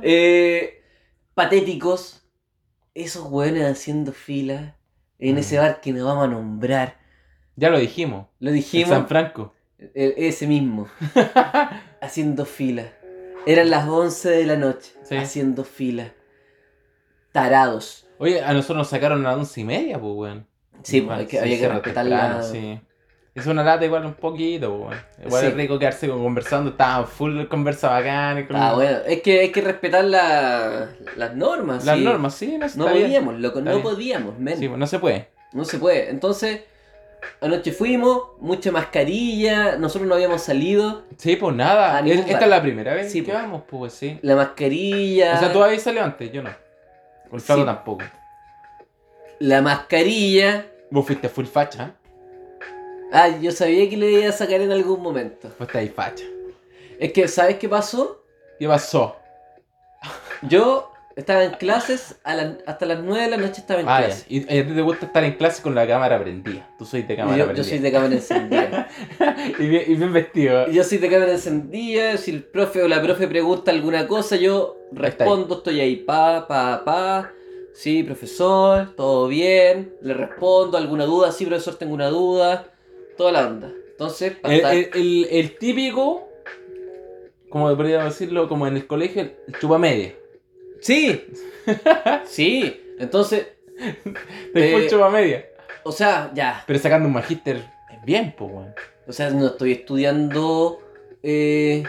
Speaker 2: Eh, patéticos. Esos weones haciendo fila en
Speaker 1: Mm.
Speaker 2: ese bar que nos vamos a nombrar.
Speaker 1: Ya lo dijimos.
Speaker 2: Lo
Speaker 1: En San
Speaker 2: dijimos,
Speaker 1: Franco.
Speaker 2: e- ese mismo. haciendo fila. Eran las 11 de la noche.
Speaker 1: Sí.
Speaker 2: Haciendo fila. Tarados.
Speaker 1: Oye, a nosotros nos sacaron a las once y media, pues, weón.
Speaker 2: Sí,
Speaker 1: Bueno,
Speaker 2: hay que- había que
Speaker 1: cierra
Speaker 2: respetar
Speaker 1: temprano,
Speaker 2: la-
Speaker 1: sí. Es una lata igual un poquito, pues, weón. Igual
Speaker 2: Sí.
Speaker 1: es rico quedarse con- conversando, estaba full conversa bacán. con-
Speaker 2: Ah, bueno, es que hay que respetar la- las normas.
Speaker 1: Las
Speaker 2: sí.
Speaker 1: normas, sí, no,
Speaker 2: No
Speaker 1: está bien.
Speaker 2: podíamos, loco,
Speaker 1: Está
Speaker 2: no
Speaker 1: bien.
Speaker 2: podíamos, men.
Speaker 1: Sí, pues, no se puede.
Speaker 2: No se puede. Entonces, anoche fuimos, mucha mascarilla, nosotros no habíamos salido,
Speaker 1: Sí, pues nada.
Speaker 2: A
Speaker 1: Es-
Speaker 2: ningún
Speaker 1: esta
Speaker 2: bar.
Speaker 1: es la primera vez
Speaker 2: Sí,
Speaker 1: que
Speaker 2: pues.
Speaker 1: vamos, pues sí.
Speaker 2: la mascarilla,
Speaker 1: O sea, tú habías salido antes, yo no. O El
Speaker 2: Sí.
Speaker 1: flaco tampoco.
Speaker 2: la mascarilla,
Speaker 1: Vos fuiste full facha. ¿eh?
Speaker 2: Ah, yo sabía que le iba a sacar en algún momento.
Speaker 1: Vos estáis facha.
Speaker 2: Es que, ¿sabes qué pasó?
Speaker 1: ¿Qué pasó?
Speaker 2: Yo estaba en clases a la- hasta las 9 de la noche estaba en
Speaker 1: Ah, ya.
Speaker 2: clase.
Speaker 1: Y y a ti te gusta estar en clase con la cámara prendida. Tú sois de cámara
Speaker 2: Y yo, yo
Speaker 1: prendida.
Speaker 2: soy de cámara encendida.
Speaker 1: y, bien, y bien vestido.
Speaker 2: Y yo soy de cámara encendida. Si el profe o la profe pregunta alguna cosa, yo respondo, estoy ahí, pa, pa, pa. Sí, profesor, todo bien. Le respondo, alguna duda, sí, profesor, tengo una duda. Toda la onda. Entonces, para
Speaker 1: El,
Speaker 2: estar-
Speaker 1: el- el- el típico, como podríamos decirlo, como en el colegio, el chupamedia.
Speaker 2: Sí, sí. Entonces,
Speaker 1: Te fue el
Speaker 2: Eh,
Speaker 1: chupamedia.
Speaker 2: o sea, ya.
Speaker 1: Pero sacando un magíster es bien, pues, weón.
Speaker 2: O sea, no estoy estudiando eh,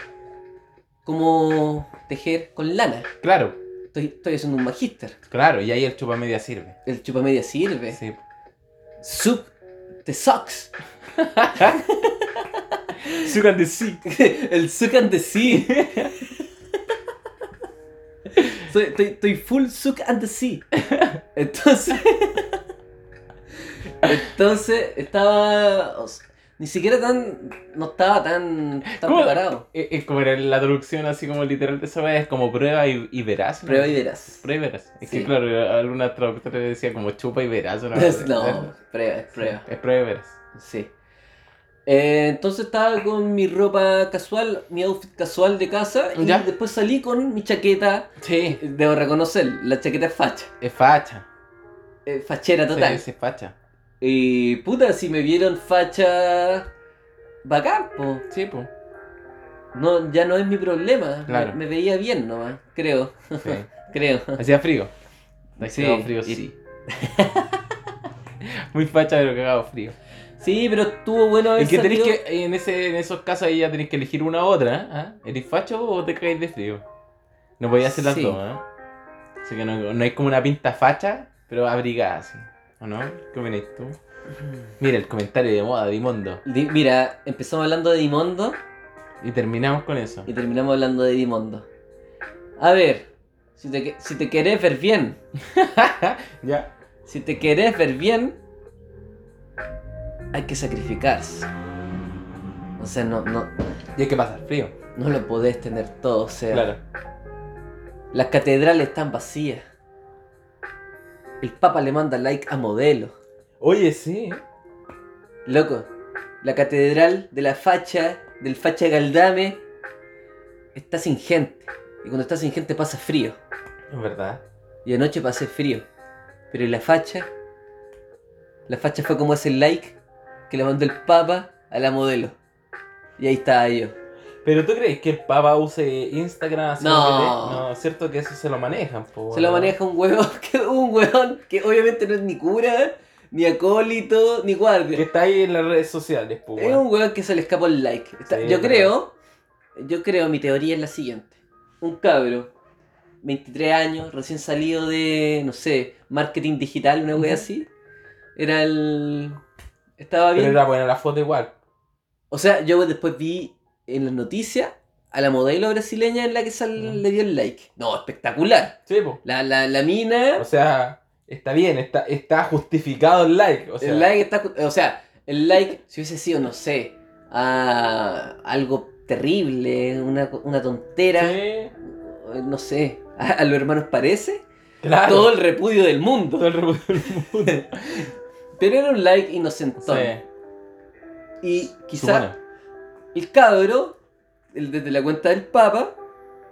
Speaker 2: como tejer con lana.
Speaker 1: Claro,
Speaker 2: Estoy, estoy haciendo un magíster.
Speaker 1: claro, y ahí el chupamedia sirve.
Speaker 2: El chupamedia sirve.
Speaker 1: Sí.
Speaker 2: Sup the socks.
Speaker 1: Sugan de sí.
Speaker 2: el suck and the sea. Soy- estoy, estoy full suck and the sea. Entonces. Entonces estaba. o sea, ni siquiera tan. No estaba tan, tan
Speaker 1: ¿Cómo?
Speaker 2: preparado.
Speaker 1: Es, es como era la traducción así como literal de esa vez, es como prueba y, y verás. ¿no?
Speaker 2: Prueba y verás.
Speaker 1: Prueba y verás. Es
Speaker 2: Sí.
Speaker 1: que claro, algunas traductores decían como chupa y verás. ¿no?
Speaker 2: No, prueba, es prueba.
Speaker 1: Es prueba y verás.
Speaker 2: Sí. Eh, entonces estaba con mi ropa casual, mi outfit casual de casa. Y
Speaker 1: Ya.
Speaker 2: después salí con mi chaqueta. eh,
Speaker 1: Sí,
Speaker 2: Debo reconocer, la chaqueta es facha.
Speaker 1: es facha.
Speaker 2: eh, fachera total.
Speaker 1: Sí, sí, es facha.
Speaker 2: Y puta, si me vieron facha. Bacán, po.
Speaker 1: Sí, pues.
Speaker 2: No, ya no es mi problema. Me-
Speaker 1: Claro.
Speaker 2: Me, veía bien nomás, creo.
Speaker 1: Sí.
Speaker 2: Creo.
Speaker 1: Hacía frío. Me
Speaker 2: Sí,
Speaker 1: quedaba frío,
Speaker 2: y-
Speaker 1: sí. Muy facha, pero cagado frío.
Speaker 2: Sí, pero estuvo bueno haber
Speaker 1: Es que tenéis
Speaker 2: salido-
Speaker 1: que, en, ese, en esos casos ahí ya tenéis que elegir una u otra, ¿eh? ¿Ah? ¿Eres facho o te caes de frío? No podía hacer las
Speaker 2: Sí.
Speaker 1: dos, ¿eh? Así que no, no hay como una pinta facha, pero abrigada, así. ¿O no? ¿Qué opinas tú? Mira el comentario de moda, Dimondo.
Speaker 2: Di- Mira, empezamos hablando de Dimondo
Speaker 1: Y terminamos con eso.
Speaker 2: y terminamos hablando de Dimondo. A ver, si te, que- si te querés ver bien,
Speaker 1: Ya.
Speaker 2: si te querés ver bien, hay que sacrificarse. O sea, no, no,
Speaker 1: Y hay que pasar frío.
Speaker 2: no lo podés tener todo, o sea.
Speaker 1: Claro.
Speaker 2: Las catedrales están vacías. El Papa le manda like a modelo.
Speaker 1: Oye, sí.
Speaker 2: Loco, la catedral de la facha, del facha Galdame, está sin gente. Y cuando está sin gente pasa frío.
Speaker 1: Es verdad.
Speaker 2: Y anoche pasé frío. Pero en la facha, la facha fue como ese like que le mandó el Papa a la modelo. Y ahí estaba yo.
Speaker 1: Pero tú crees que el Papa use Instagram así
Speaker 2: No.
Speaker 1: como que le- no, cierto que eso se lo manejan, po,
Speaker 2: Se lo
Speaker 1: weón.
Speaker 2: maneja un huevón, que, un huevón que obviamente no es ni cura, ni acólito, ni guardia.
Speaker 1: Que está ahí en las redes sociales, po,
Speaker 2: Es
Speaker 1: weón.
Speaker 2: un weón que se le escapó el like. Está-
Speaker 1: Sí,
Speaker 2: yo
Speaker 1: es
Speaker 2: creo, yo creo, mi teoría es la siguiente. Un cabro, 23 años, recién salido de, no sé, marketing digital, una wea
Speaker 1: Ujú.
Speaker 2: así. Era el... Estaba
Speaker 1: Pero
Speaker 2: bien.
Speaker 1: era buena la foto igual.
Speaker 2: O sea, yo después vi en las noticias a la modelo brasileña en la que sal-
Speaker 1: Mm.
Speaker 2: le dio el like. No, espectacular.
Speaker 1: Sí, po.
Speaker 2: La, la, la mina...
Speaker 1: O sea, está bien, está, está justificado el like. O sea,
Speaker 2: el like está. O sea, el like, si hubiese sido, no sé, a algo terrible, una, una tontera,
Speaker 1: sí,
Speaker 2: no sé, a, a los hermanos parece,
Speaker 1: claro.
Speaker 2: todo el repudio del mundo.
Speaker 1: Todo el repudio del mundo.
Speaker 2: Pero era un like inocentón.
Speaker 1: Sí,
Speaker 2: Y quizás
Speaker 1: Quizás.
Speaker 2: el cabro, el desde la cuenta del Papa,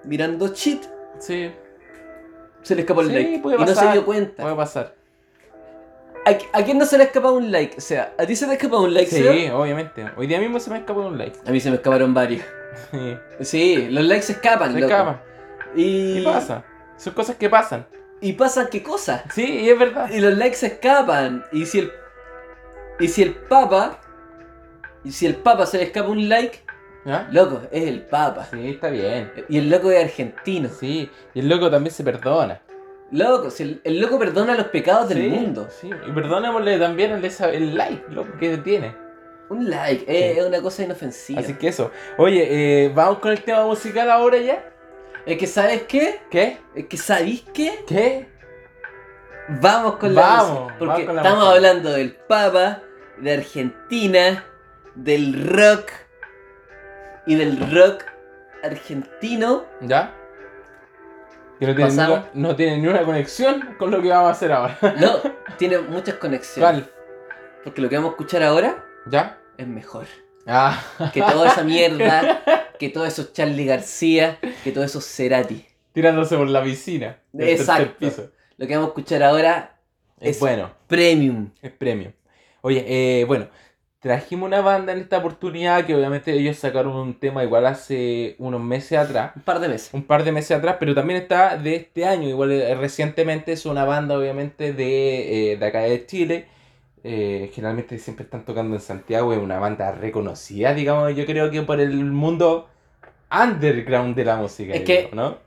Speaker 2: mirando cheat,
Speaker 1: Sí,
Speaker 2: se le escapó el
Speaker 1: Sí,
Speaker 2: like.
Speaker 1: puede
Speaker 2: y no se
Speaker 1: pasar,
Speaker 2: dio cuenta.
Speaker 1: puede pasar.
Speaker 2: ¿A, a quién no se le ha escapado un like? O sea, ¿a ti se te ha escapado un like?
Speaker 1: Sí,
Speaker 2: Seba?
Speaker 1: obviamente. Hoy día mismo se me escapó un like.
Speaker 2: A mí se me escaparon varios.
Speaker 1: Sí,
Speaker 2: Sí, los likes se escapan,
Speaker 1: se
Speaker 2: loco.
Speaker 1: escapa.
Speaker 2: Y...
Speaker 1: ¿Qué pasa? Son cosas que pasan.
Speaker 2: Y pasan qué cosas.
Speaker 1: Sí, y es verdad.
Speaker 2: Y los likes se escapan. Y si el. Y si el Papa. Y si el Papa se le escapa un like,
Speaker 1: ¿Ya?
Speaker 2: loco, es el Papa.
Speaker 1: Sí, está bien.
Speaker 2: Y el loco es argentino.
Speaker 1: Sí, y el loco también se perdona.
Speaker 2: Loco, si el, el loco perdona los pecados del
Speaker 1: Sí,
Speaker 2: mundo.
Speaker 1: Sí, y perdonémosle también el, esa- el like, loco, que tiene.
Speaker 2: Un like es,
Speaker 1: Sí.
Speaker 2: es una cosa inofensiva.
Speaker 1: Así que eso. Oye, eh, vamos con el tema musical ahora ya.
Speaker 2: Es que, ¿sabes qué?
Speaker 1: ¿Qué?
Speaker 2: Es que, ¿sabéis qué?
Speaker 1: ¿Qué?
Speaker 2: Vamos con la
Speaker 1: Vamos,
Speaker 2: música,
Speaker 1: vamos
Speaker 2: Porque
Speaker 1: con la
Speaker 2: estamos
Speaker 1: música.
Speaker 2: hablando del Papa, de Argentina, del rock y del rock argentino.
Speaker 1: ¿Ya? Que no tiene,
Speaker 2: Pasamos.
Speaker 1: ninguna- no tiene ninguna conexión con lo que vamos a hacer ahora.
Speaker 2: No, tiene muchas conexiones.
Speaker 1: ¿Cuál?
Speaker 2: Porque lo que vamos a escuchar ahora
Speaker 1: ¿Ya?
Speaker 2: es mejor.
Speaker 1: Ah,
Speaker 2: Que toda esa mierda, que todos esos Charlie García, que todos esos Cerati.
Speaker 1: tirándose por la piscina. del
Speaker 2: Exacto.
Speaker 1: tercer piso.
Speaker 2: Lo que vamos a escuchar ahora
Speaker 1: Es
Speaker 2: Es-
Speaker 1: bueno,
Speaker 2: premium.
Speaker 1: es premio. Oye, eh, bueno, trajimos una banda en esta oportunidad que obviamente ellos sacaron un tema igual hace unos meses atrás.
Speaker 2: Un par de meses.
Speaker 1: un par de meses atrás, pero también está de este año. Igual eh, recientemente es una banda, obviamente, de, eh, de acá de Chile. Eh, generalmente siempre están tocando en Santiago, es una banda reconocida, digamos, yo creo que por el mundo underground de la música.
Speaker 2: Es
Speaker 1: yo
Speaker 2: que
Speaker 1: creo, ¿no?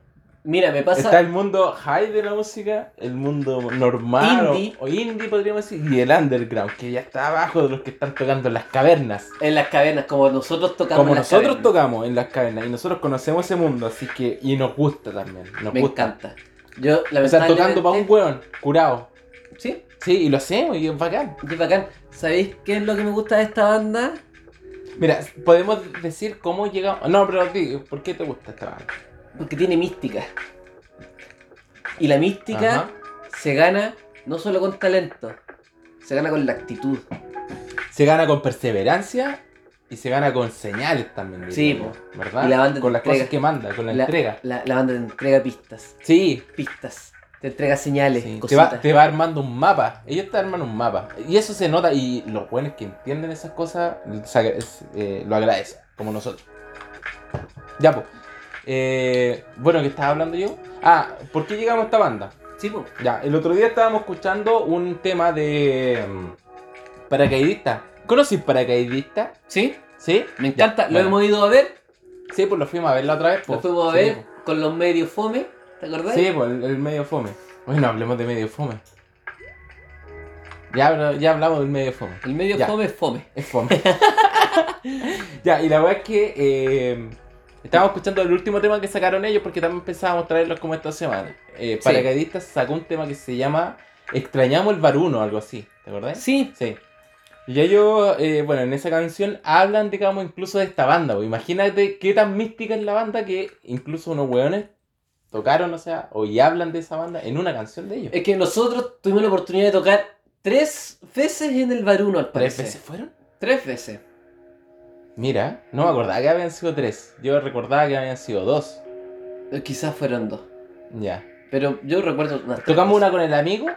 Speaker 2: Mira, me pasa.
Speaker 1: Está el mundo high de la música, el mundo normal o-
Speaker 2: Indie.
Speaker 1: O, indie, podríamos decir, y el underground, que ya está abajo de los que están tocando en las cavernas.
Speaker 2: En las cavernas, como nosotros tocamos.
Speaker 1: Como
Speaker 2: en las
Speaker 1: nosotros
Speaker 2: cavernas.
Speaker 1: tocamos en las cavernas y nosotros conocemos ese mundo, así que, y nos gusta también, nos
Speaker 2: Me
Speaker 1: gusta.
Speaker 2: encanta. Yo,
Speaker 1: O sea, tocando para un
Speaker 2: lamentablemente-
Speaker 1: weón, curado.
Speaker 2: Sí,
Speaker 1: Sí, y lo hacemos y es bacán.
Speaker 2: qué bacán. ¿Sabéis qué es lo que me gusta de esta banda?
Speaker 1: Mira, podemos decir cómo llegamos. No, pero digo, ¿por qué te gusta esta banda?
Speaker 2: Porque tiene mística. Y la mística
Speaker 1: Ajá.
Speaker 2: se gana no solo con talento, se gana con la actitud.
Speaker 1: Se gana con perseverancia y se gana con señales también.
Speaker 2: Sí,
Speaker 1: diría yo, ¿verdad?
Speaker 2: Y la banda
Speaker 1: con las
Speaker 2: entrega.
Speaker 1: cosas que manda, con la, entrega.
Speaker 2: La, la banda te entrega pistas,
Speaker 1: Sí,
Speaker 2: pistas, te entrega señales,
Speaker 1: sí. Te,
Speaker 2: cositas.
Speaker 1: va, te va armando un mapa. Ellos te arman un mapa. Y eso se nota y los buenos que entienden esas cosas se agra- es- eh, lo agradecen, como nosotros. Ya, pues. Eh, bueno, ¿qué estaba hablando yo? Ah, ¿por qué llegamos a esta banda?
Speaker 2: Sí, po.
Speaker 1: Ya, el otro día estábamos escuchando un tema de mm, paracaidista. ¿Conoces paracaidista?
Speaker 2: ¿Sí?
Speaker 1: ¿Sí?
Speaker 2: me encanta.
Speaker 1: Ya,
Speaker 2: lo
Speaker 1: bueno.
Speaker 2: hemos ido a ver,
Speaker 1: Sí, pues lo fuimos a ver la otra vez.
Speaker 2: lo
Speaker 1: pues.
Speaker 2: fuimos a
Speaker 1: Sí,
Speaker 2: ver
Speaker 1: pues.
Speaker 2: con los medios fome, ¿te acordás?
Speaker 1: Sí, pues el, el medio fome. Bueno, hablemos de medio fome. Ya, habla- ya hablamos del medio fome.
Speaker 2: El medio
Speaker 1: Ya.
Speaker 2: fome es fome.
Speaker 1: Es fome. ya, y la verdad es que eh, estábamos escuchando el último tema que sacaron ellos porque también pensábamos traerlos como esta semana. Eh,
Speaker 2: Sí.
Speaker 1: Paracaidistas sacó un tema que se llama Extrañamos el Baruno, algo así. ¿Te acordás?
Speaker 2: Sí,
Speaker 1: Sí. Y ellos, eh, bueno, en esa canción hablan, digamos, incluso de esta banda. pues. Imagínate qué tan mística es la banda que incluso unos hueones tocaron, o sea, o y hablan de esa banda en una canción de ellos.
Speaker 2: es que nosotros tuvimos la oportunidad de tocar tres veces en el Baruno, al
Speaker 1: ¿Tres
Speaker 2: parecer.
Speaker 1: veces fueron?
Speaker 2: Tres veces.
Speaker 1: Mira, no me acordaba que habían sido tres. Yo recordaba que habían sido dos.
Speaker 2: Eh, Quizás fueron dos.
Speaker 1: Ya.
Speaker 2: Pero yo recuerdo unas tres
Speaker 1: Tocamos
Speaker 2: veces.
Speaker 1: una con el amigo.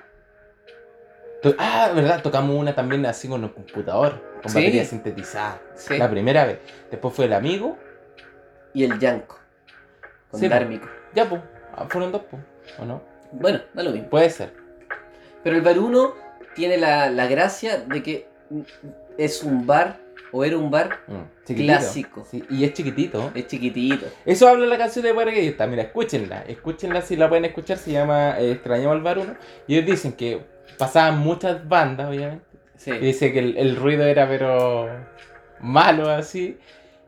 Speaker 1: To- ah, verdad, tocamos una también así con el computador, con
Speaker 2: Sí.
Speaker 1: batería sintetizada.
Speaker 2: Sí.
Speaker 1: La primera vez. Después fue el amigo.
Speaker 2: Y el Yanko. Con
Speaker 1: Sí, po.
Speaker 2: Dármico.
Speaker 1: Ya, pues. Fueron dos, pues. ¿O no?
Speaker 2: Bueno, da lo mismo.
Speaker 1: Puede ser.
Speaker 2: Pero el Baruno tiene la, la gracia de que es un bar, o era un bar,
Speaker 1: Mm, chiquitito.
Speaker 2: Clásico.
Speaker 1: Sí, y es chiquitito.
Speaker 2: es chiquitito.
Speaker 1: Eso habla la canción de Paraguayista. Mira, escúchenla. Escúchenla si la pueden escuchar. Se llama eh, Extrañamos al Baruno. Y ellos dicen que pasaban muchas bandas, obviamente. Y
Speaker 2: Sí.
Speaker 1: dice que el, el ruido era, pero malo así.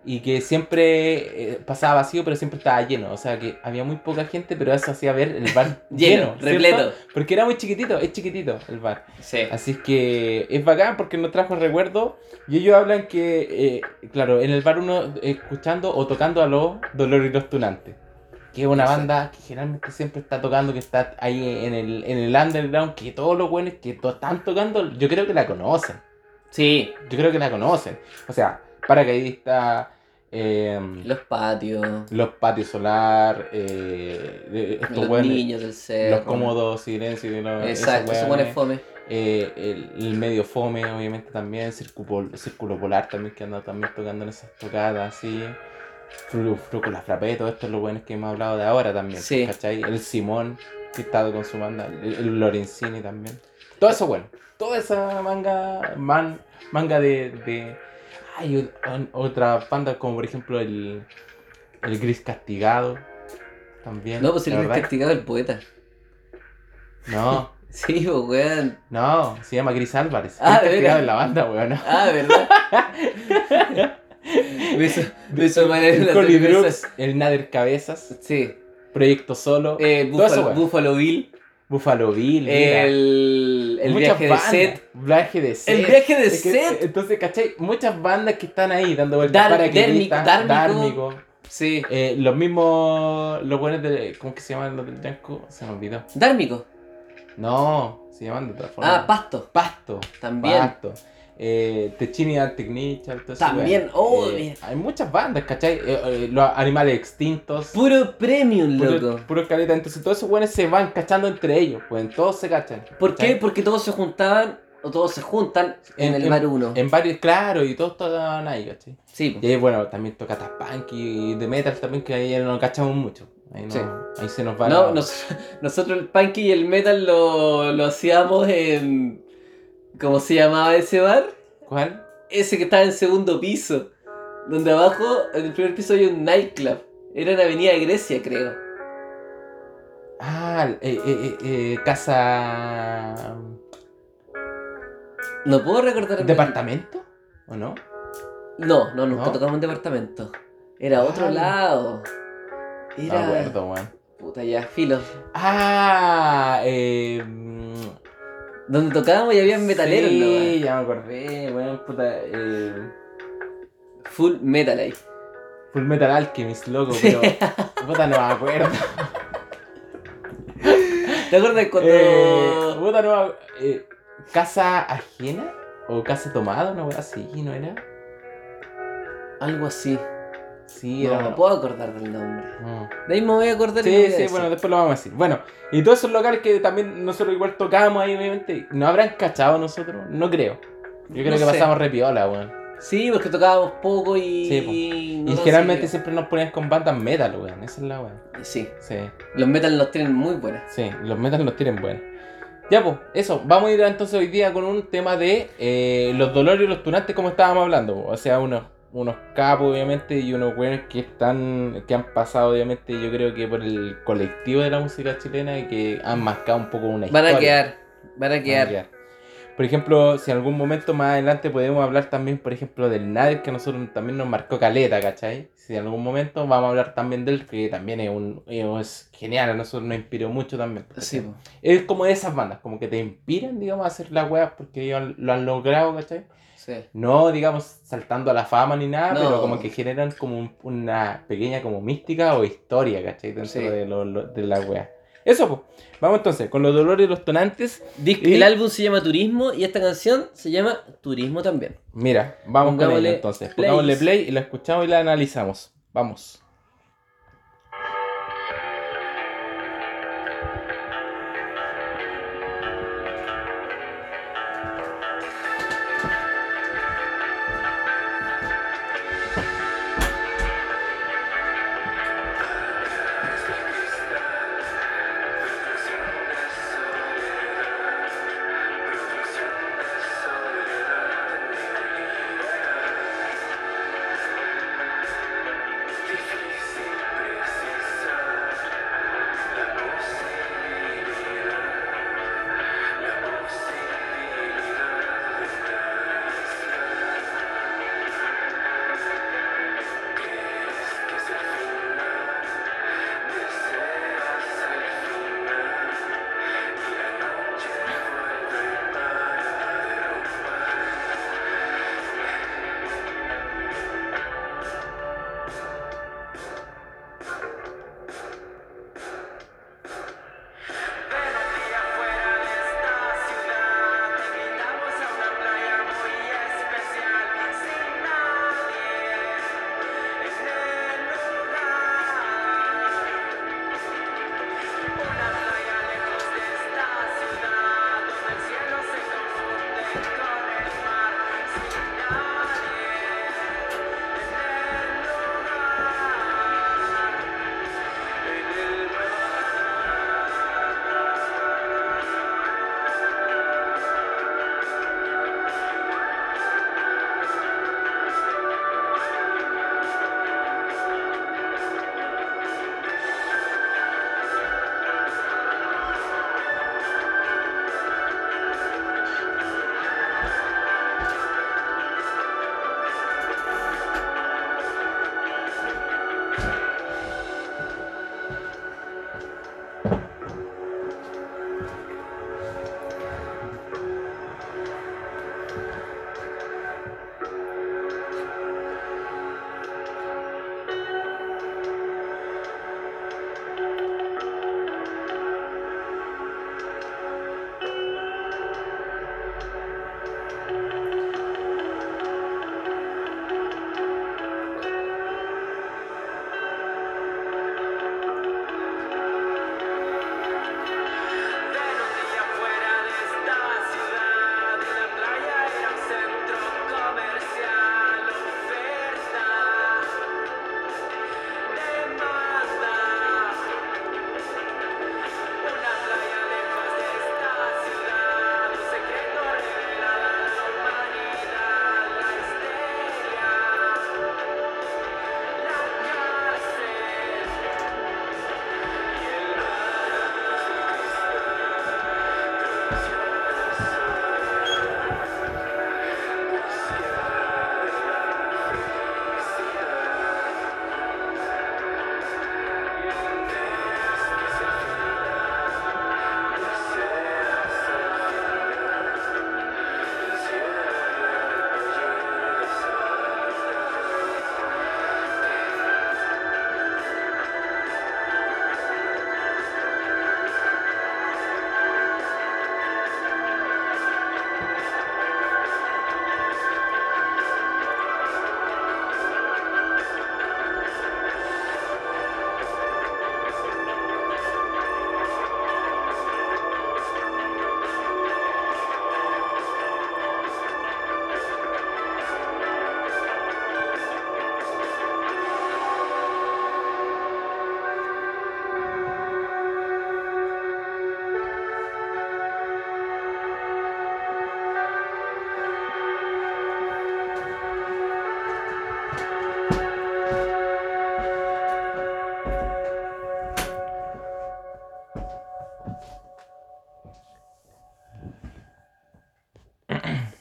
Speaker 1: Y que siempre eh, pasaba vacío, pero siempre estaba lleno. O sea, que había muy poca gente, pero eso hacía ver el bar
Speaker 2: Lleno,
Speaker 1: lleno. ¿cierto?
Speaker 2: repleto.
Speaker 1: Porque era muy chiquitito, es chiquitito el bar.
Speaker 2: Sí.
Speaker 1: Así es que es bacán porque nos trajo recuerdos y ellos hablan que, eh, claro, en el bar uno escuchando o tocando a los Dolores y los Tunantes, que es una
Speaker 2: Exacto.
Speaker 1: banda que generalmente siempre está tocando, que está ahí en el, en el underground, que todos los buenos que to- están tocando, yo creo que la conocen,
Speaker 2: Sí.
Speaker 1: yo creo que la conocen. O sea, paracaidista, eh,
Speaker 2: Los patios,
Speaker 1: los patios solar, eh, de- estos
Speaker 2: los
Speaker 1: hueones,
Speaker 2: niños del cerro.
Speaker 1: los cómodos, silencio, y los- esos
Speaker 2: Exacto, se pone
Speaker 1: hueones.
Speaker 2: fome.
Speaker 1: Eh, el, el medio fome, obviamente, también. Círculo, Círculo Polar también, que anda también tocando en esas tocadas, así. Fru, Fru con la frappé, todo esto es lo bueno que hemos hablado de ahora también.
Speaker 2: Sí.
Speaker 1: ¿cachai? El Simón, que está con su banda. El, el Lorenzini también. Todo eso bueno. Toda esa manga, man- manga de. de- Hay o- o- otras bandas como, por ejemplo, el, el Gris Castigado. También.
Speaker 2: No, pues el
Speaker 1: la
Speaker 2: que
Speaker 1: verdad.
Speaker 2: castigado el poeta.
Speaker 1: No,
Speaker 2: Sí, pues, weón.
Speaker 1: no, se llama Gris Álvarez.
Speaker 2: Ah,
Speaker 1: Gris
Speaker 2: de
Speaker 1: Castigado
Speaker 2: veras.
Speaker 1: en la banda, weón. ¿no?
Speaker 2: Ah, ¿verdad? me hizo, me hizo mal en
Speaker 1: el
Speaker 2: las
Speaker 1: Colin
Speaker 2: defensas.
Speaker 1: Brooks, el Nader Cabezas,
Speaker 2: Sí.
Speaker 1: Proyecto Solo.
Speaker 2: Eh,
Speaker 1: Todo eso,
Speaker 2: Buffalo,
Speaker 1: weón.
Speaker 2: Buffalo Bill.
Speaker 1: Buffalo Bill, mira.
Speaker 2: El, el
Speaker 1: Muchas
Speaker 2: viaje de
Speaker 1: bandas.
Speaker 2: Seth.
Speaker 1: Viaje de Set.
Speaker 2: El viaje de
Speaker 1: Es que, eh,
Speaker 2: Seth.
Speaker 1: Entonces, ¿cachai? Muchas bandas que están ahí dando vueltas
Speaker 2: Dar-
Speaker 1: para que
Speaker 2: Dérmico- Dármico.
Speaker 1: Dármico.
Speaker 2: Sí.
Speaker 1: Eh, los mismos. Los buenos de. ¿Cómo que se llaman los del Yanko? Se me olvidó.
Speaker 2: Dármico.
Speaker 1: No, se llaman de otra forma.
Speaker 2: Ah, Pasto.
Speaker 1: Pasto.
Speaker 2: También.
Speaker 1: Pasto. Eh, Techini Art Technical, todo eso,
Speaker 2: También.
Speaker 1: weón.
Speaker 2: Oh,
Speaker 1: Eh,
Speaker 2: mira.
Speaker 1: Hay muchas bandas, ¿cachai? Eh, eh, los animales extintos.
Speaker 2: Puro premium, loco.
Speaker 1: Puro, puro caleta. Entonces todos esos buenos se van cachando entre ellos, pues todos se cachan.
Speaker 2: ¿Por qué?
Speaker 1: ¿cachai?
Speaker 2: Porque todos se juntaban, o todos se juntan en,
Speaker 1: En-
Speaker 2: el bar 1.
Speaker 1: En varios, claro, y todos tocan ahí, ¿cachai?
Speaker 2: Sí, po.
Speaker 1: Y ahí, bueno, también toca Tapunk y de Metal también, que ahí no cachamos mucho. Ahí, no-
Speaker 2: Sí.
Speaker 1: ahí se nos va
Speaker 2: No,
Speaker 1: la-
Speaker 2: nos- nosotros el punky y el metal lo, lo hacíamos en. ¿Cómo se llamaba ese bar?
Speaker 1: ¿Cuál?
Speaker 2: Ese que estaba en segundo piso. Donde abajo, en el primer piso, había un nightclub. Era en Avenida Grecia, creo.
Speaker 1: Ah, eh, eh, eh, eh, casa...
Speaker 2: No puedo recordar.
Speaker 1: ¿Departamento? ¿O no?
Speaker 2: No, no, nunca
Speaker 1: ¿No?
Speaker 2: tocamos en departamento. Era otro
Speaker 1: Ah.
Speaker 2: lado.
Speaker 1: No
Speaker 2: Era.
Speaker 1: me acuerdo, weón.
Speaker 2: Puta, ya, filo.
Speaker 1: Ah, eh... mm,
Speaker 2: Donde tocábamos y había metaleros, ¿no?
Speaker 1: Sí,
Speaker 2: weón?
Speaker 1: ya me acordé, weón, puta... eh,
Speaker 2: Full metal ahí.
Speaker 1: Full Metal Alchemist, loco, pero... puta, no me acuerdo.
Speaker 2: ¿Te acuerdas cuando.?
Speaker 1: Eh, puta, no me acu- eh, ¿Casa ajena? ¿O casa tomada? Una weá así, ¿no era?
Speaker 2: Algo así.
Speaker 1: Sí,
Speaker 2: No
Speaker 1: era
Speaker 2: me
Speaker 1: una-
Speaker 2: puedo acordar del nombre.
Speaker 1: Mm.
Speaker 2: De ahí me voy a acordar
Speaker 1: Sí,
Speaker 2: y me voy a
Speaker 1: sí,
Speaker 2: decir.
Speaker 1: bueno, después lo vamos a decir. Bueno, y todos esos locales que también nosotros igual tocábamos ahí, obviamente, ¿no habrán cachado nosotros? No creo. Yo creo
Speaker 2: No
Speaker 1: que
Speaker 2: sé.
Speaker 1: pasamos re piola, weón.
Speaker 2: Sí, porque tocábamos poco y.
Speaker 1: Sí,
Speaker 2: no
Speaker 1: y
Speaker 2: nos
Speaker 1: generalmente
Speaker 2: sirvió.
Speaker 1: siempre nos ponían con bandas metal, weón. Esa es la weón.
Speaker 2: Sí,
Speaker 1: Sí,
Speaker 2: los metal los tienen muy buenas.
Speaker 1: sí, los metal los tienen buenos. Ya, pues, eso. Vamos a ir entonces hoy día con un tema de eh, los dolores y los tunantes, como estábamos hablando. po. O sea, unos, unos capos, obviamente, y unos weones que están que han pasado, obviamente, yo creo que por el colectivo de la música chilena y que han marcado un poco una
Speaker 2: Van
Speaker 1: historia.
Speaker 2: a quedar, van a quedar.
Speaker 1: familiar. Ah, Por ejemplo, si en algún momento más adelante podemos hablar también, por ejemplo, del Nader, que a nosotros también nos marcó caleta, ¿cachai? Si en algún momento vamos a hablar también del que también es un es genial, a nosotros nos inspiró mucho también. ¿cachai?
Speaker 2: Sí, po.
Speaker 1: Es como de esas bandas, como que te inspiran, digamos, a hacer las weas porque ellos lo han logrado, ¿cachai?
Speaker 2: sí.
Speaker 1: No, digamos, saltando a la fama ni nada,
Speaker 2: No.
Speaker 1: pero como que generan como un- una pequeña como mística o historia, ¿cachai? Dentro
Speaker 2: Sí.
Speaker 1: de, lo- lo- de la wea. Eso, pues. Vamos entonces, con los dolores y los tonantes.
Speaker 2: Disc-
Speaker 1: Y-
Speaker 2: El álbum se llama Turismo y esta canción se llama Turismo también.
Speaker 1: Mira, vamos con
Speaker 2: Pongámosle
Speaker 1: ella entonces.
Speaker 2: play.
Speaker 1: Pongámosle play y la escuchamos y la analizamos. Vamos.
Speaker 3: Difícil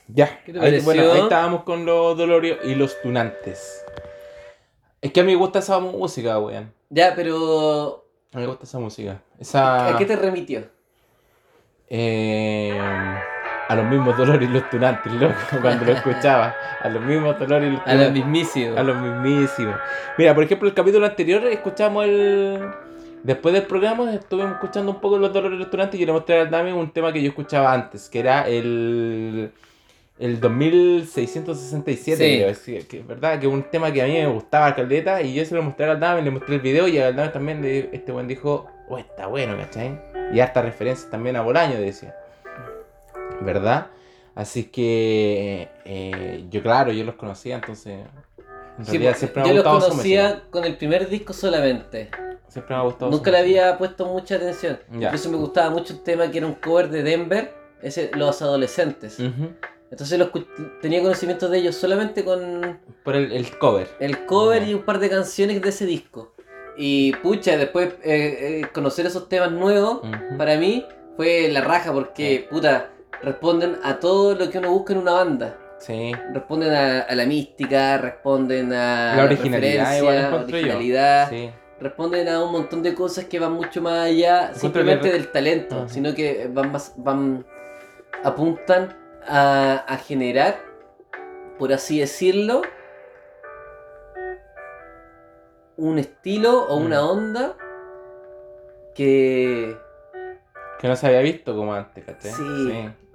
Speaker 1: Ya.
Speaker 2: ¿Qué te
Speaker 1: ahí, bueno,
Speaker 2: pareció?
Speaker 1: ahí estábamos con los dolorios y los tunantes. Es que a mí me gusta esa música, weón.
Speaker 2: Ya, pero.
Speaker 1: A mí me gusta esa música. Esa.
Speaker 2: ¿A qué te remitió?
Speaker 1: eh, a los mismos dolores y los tunantes, loco, cuando lo escuchaba. A los mismos dolores y los
Speaker 2: A lo
Speaker 1: tunantes.
Speaker 2: mismísimo.
Speaker 1: A los mismísimos. Mira, por ejemplo, el capítulo anterior escuchamos el. Después del programa estuvimos escuchando un poco los dolores y los tunantes y le mostré al Dami un tema que yo escuchaba antes, que era el. El 2667,
Speaker 2: Sí.
Speaker 1: creo, sí, que, ¿verdad? Que es un tema que a mí me gustaba, Caleta, y yo se lo mostré al Dami, le mostré el video y al Dami también le- este buen dijo, oh, está bueno, ¿cachai? Y harta referencias también a Bolaño, decía. ¿Verdad? Así que eh, yo, claro, yo los conocía, entonces. En
Speaker 2: Sí,
Speaker 1: realidad
Speaker 2: porque
Speaker 1: siempre me ha
Speaker 2: yo los
Speaker 1: gustado su
Speaker 2: conocía
Speaker 1: música.
Speaker 2: con el primer disco solamente.
Speaker 1: Siempre me ha gustado.
Speaker 2: Nunca
Speaker 1: su
Speaker 2: le
Speaker 1: música.
Speaker 2: había puesto mucha atención.
Speaker 1: Ya.
Speaker 2: Por eso me gustaba mucho un tema que era un cover de Denver, ese Los Adolescentes.
Speaker 1: Ujú.
Speaker 2: Entonces los escu- tenía conocimiento de ellos solamente con
Speaker 1: Por el, el cover.
Speaker 2: el cover
Speaker 1: Ya.
Speaker 2: y un par de canciones de ese disco. Y pucha, después eh, eh, conocer esos temas nuevos,
Speaker 1: Ujú.
Speaker 2: para mí fue la raja porque, puta, responden a todo lo que uno busca en una banda.
Speaker 1: Sí.
Speaker 2: Responden a, a la mística, responden a
Speaker 1: La originalidad,
Speaker 2: referencia,
Speaker 1: igual encuentro yo.
Speaker 2: originalidad,
Speaker 1: Sí.
Speaker 2: responden a un montón de cosas que van mucho más allá
Speaker 1: Encuentro
Speaker 2: simplemente
Speaker 1: que-
Speaker 2: del talento,
Speaker 1: Ajá.
Speaker 2: sino que van más, van apuntan a, a generar, por así decirlo, un estilo o una
Speaker 1: Mm.
Speaker 2: onda que
Speaker 1: Que no se había visto como antes, ¿cachai?
Speaker 2: Sí.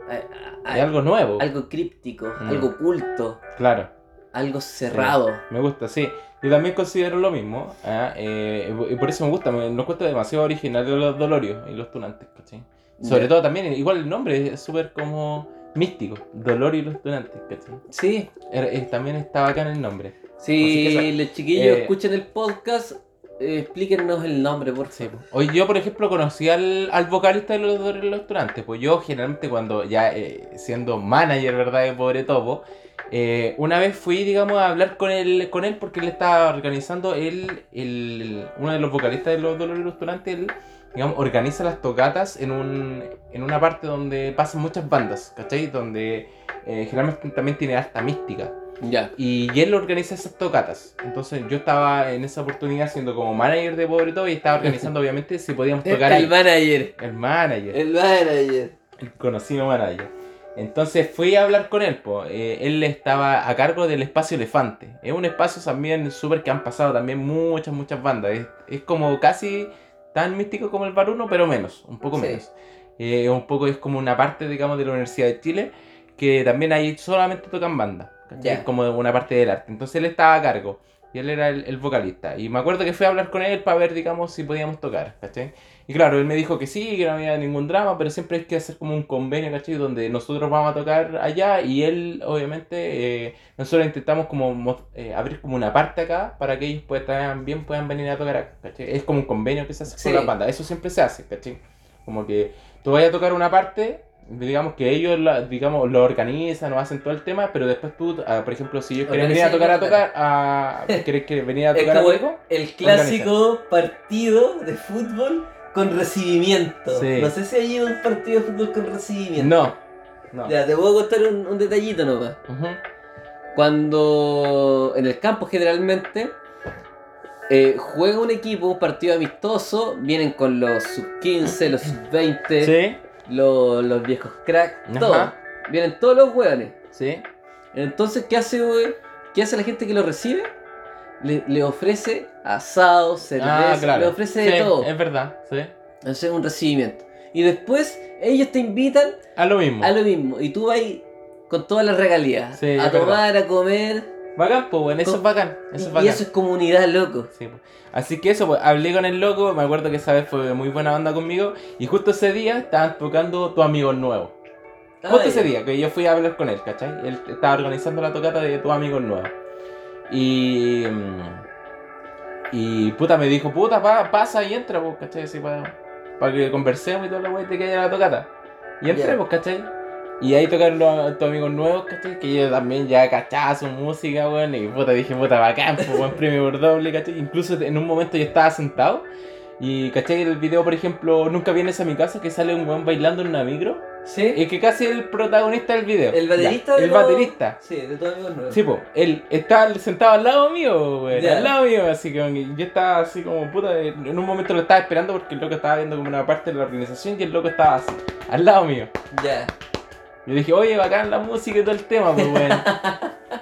Speaker 2: a- a-
Speaker 1: Y algo nuevo.
Speaker 2: algo críptico,
Speaker 1: Mm.
Speaker 2: algo oculto,
Speaker 1: Claro.
Speaker 2: algo cerrado.
Speaker 1: Me gusta, sí. Yo también considero lo mismo. ah, eh, y por eso me gusta. Me, nos cuesta demasiado original los Dolorios y los Tunantes, ¿cachai? Sobre
Speaker 2: Ya.
Speaker 1: todo también, igual el nombre es súper como místico. Dolor y los Tunantes, ¿cachai?
Speaker 2: Sí,
Speaker 1: Era- eh, también está acá en el nombre. Así que
Speaker 2: si
Speaker 1: esa-
Speaker 2: los chiquillos
Speaker 1: eh,
Speaker 2: escuchan el podcast, eh, explíquennos el nombre, por
Speaker 1: Sí,
Speaker 2: favor.
Speaker 1: po. Hoy yo, por ejemplo, conocí al, al vocalista de los Dolores Los Tunantes. Pues yo, generalmente, cuando ya eh, siendo manager, ¿verdad? De Pobre Topo, eh, una vez fui, digamos, a hablar con él, con él porque él estaba organizando, él, el, uno de los vocalistas de los Dolores Los Tunantes, él, digamos, organiza las tocatas en, un, en una parte donde pasan muchas bandas, ¿cachai? Donde eh, generalmente también tiene harta mística.
Speaker 2: Ya.
Speaker 1: Y y él organiza esas tocatas. Entonces yo estaba en esa oportunidad siendo como manager de Pobre Todo y estaba organizando obviamente si podíamos tocar
Speaker 2: Este El
Speaker 1: ahí.
Speaker 2: manager.
Speaker 1: Este El manager,
Speaker 2: El manager.
Speaker 1: el conocido manager. Entonces fui a hablar con él. po. Eh, él estaba a cargo del espacio Elefante. Es un espacio también súper que han pasado también muchas, muchas bandas. Es, es como casi tan místico como el Baruno, pero menos, un poco
Speaker 2: Sí.
Speaker 1: menos. Eh, un poco es como una parte, digamos, de la Universidad de Chile que también ahí solamente tocan bandas. ¿cachai?
Speaker 2: Ya.
Speaker 1: Es como una parte del arte. Entonces él estaba a cargo y él era el, el vocalista. Y me acuerdo que fui a hablar con él para ver, digamos, si podíamos tocar. ¿cachai? Y claro, él me dijo que sí, que no había ningún drama, pero siempre hay que hacer como un convenio, ¿cachai? Donde nosotros vamos a tocar allá y él, obviamente, eh, nosotros intentamos como mos- eh, abrir como una parte acá para que ellos puedan, también puedan venir a tocar acá. ¿cachai? Es como un convenio que se hace
Speaker 2: Sí.
Speaker 1: con las bandas. Eso siempre se hace, ¿cachai? Como que tú vayas a tocar una parte, digamos que ellos la- digamos, lo organizan o hacen todo el tema, pero después tú, ah, por ejemplo, si ellos quieren venir a
Speaker 2: Organizan y
Speaker 1: tocar a
Speaker 2: tocan.
Speaker 1: tocar, a, ¿querés que venir a
Speaker 2: Es
Speaker 1: tocar
Speaker 2: como
Speaker 1: algo?
Speaker 2: El clásico partido de fútbol con recibimiento.
Speaker 1: Sí.
Speaker 2: No sé si hay un partido de fútbol con recibimiento.
Speaker 1: No, no.
Speaker 2: Ya, te puedo contar un, un detallito nomás.
Speaker 1: Ujú.
Speaker 2: Cuando en el campo generalmente eh, juega un equipo, un partido amistoso, vienen con los sub 15, los sub 20,
Speaker 1: Sí,
Speaker 2: los, los viejos cracks,
Speaker 1: Ajá.
Speaker 2: todo. Vienen todos los hueones.
Speaker 1: sí.
Speaker 2: Entonces, ¿qué hace, güey? ¿Qué hace la gente que lo recibe? Le, le ofrece asado, cerveza,
Speaker 1: Ah, claro.
Speaker 2: le ofrece de
Speaker 1: Sí, em-
Speaker 2: todo.
Speaker 1: Es verdad, sí.
Speaker 2: Entonces, un recibimiento. Y después, ellos te invitan
Speaker 1: A lo mismo.
Speaker 2: a lo mismo. Y tú vas con todas las regalías.
Speaker 1: Sí,
Speaker 2: a
Speaker 1: es
Speaker 2: tomar, a comer.
Speaker 1: Bacán, pues, bueno, eso
Speaker 2: Co-
Speaker 1: es bacán.
Speaker 2: Y-
Speaker 1: Eso es
Speaker 2: y
Speaker 1: bacán.
Speaker 2: eso es comunidad, loco.
Speaker 1: Sí, po. Así que eso, pues, hablé con el loco, me acuerdo que esa vez fue muy buena banda conmigo, y justo ese día estaban tocando Tu Amigo Nuevo. Justo
Speaker 2: Ay,
Speaker 1: ese día que yo fui a hablar con él, ¿cachai? Él estaba organizando la tocata de Tu Amigo Nuevo. Y... mm, Y puta, me dijo, puta, pa- pasa y entra, pues, ¿cachai? Así para que conversemos y toda la wey te quede la tocata. Y entré,
Speaker 2: Ya.
Speaker 1: pues, ¿cachai? Y ahí tocaron los, tus amigos nuevos, ¿cachai? Que yo también ya cachaba su música, weón. Y puta, dije, puta, bacán, pues, buen premio por doble, ¿cachai? Incluso en un momento yo estaba sentado Y caché que el video, por ejemplo, Nunca vienes a mi casa, que sale un weón bailando en una micro.
Speaker 2: ¿Sí?
Speaker 1: Es que casi el protagonista del video.
Speaker 2: El baterista
Speaker 1: Ya,
Speaker 2: de
Speaker 1: El
Speaker 2: los-
Speaker 1: baterista.
Speaker 2: Sí, de todos amigos nuevos.
Speaker 1: Sí, pues, él estaba sentado al lado mío, güey,
Speaker 2: Ya.
Speaker 1: al lado mío, así que weón, yo estaba así como puta, eh, en un momento lo estaba esperando porque el loco estaba viendo como una parte de la organización y el loco estaba así, al lado mío.
Speaker 2: Ya.
Speaker 1: Yo dije, oye, bacán la música y todo el tema, pues, weón.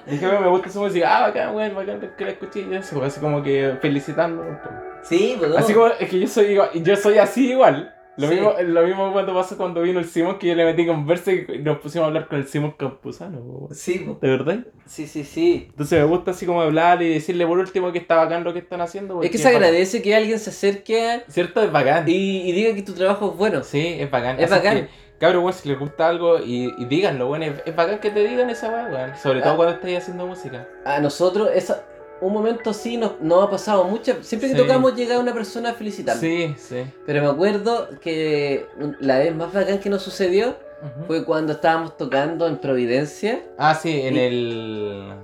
Speaker 1: dije, weón, me gusta su música, ah, bacán, weón, bacán que la escuché y eso, weón, así como que felicitando. pues.
Speaker 2: Sí, pues no.
Speaker 1: Así como, es que yo soy igual, yo soy así igual. Lo,
Speaker 2: Sí.
Speaker 1: mismo, lo mismo cuando pasó cuando vino el Simón, que yo le metí conversa y nos pusimos a hablar con el Simón Campuzano, pues,
Speaker 2: Sí, pues.
Speaker 1: weón. ¿De verdad?
Speaker 2: Sí, sí, sí.
Speaker 1: Entonces me gusta así como hablar y decirle por último que está bacán lo que están haciendo.
Speaker 2: Es
Speaker 1: porque
Speaker 2: que se
Speaker 1: bacán. Ah.
Speaker 2: agradece que alguien se acerque
Speaker 1: ¿Cierto? Es bacán.
Speaker 2: y, y diga que tu trabajo es bueno.
Speaker 1: Sí, es bacán.
Speaker 2: Es
Speaker 1: Así
Speaker 2: bacán.
Speaker 1: que, cabrón, weón, si les gusta algo y, y díganlo, weón. Es, es bacán que te digan esa weá, weón. Sobre
Speaker 2: Ah.
Speaker 1: todo cuando estáis haciendo música.
Speaker 2: A nosotros, esa, un momento así nos, nos ha pasado mucho. Siempre que
Speaker 1: Sí.
Speaker 2: tocamos llega una persona a felicitarnos.
Speaker 1: Sí, sí.
Speaker 2: Pero me acuerdo que un- la vez más bacán que nos sucedió
Speaker 1: Ujú.
Speaker 2: fue cuando estábamos tocando en Providencia.
Speaker 1: Ah, sí, en
Speaker 2: Y-
Speaker 1: el.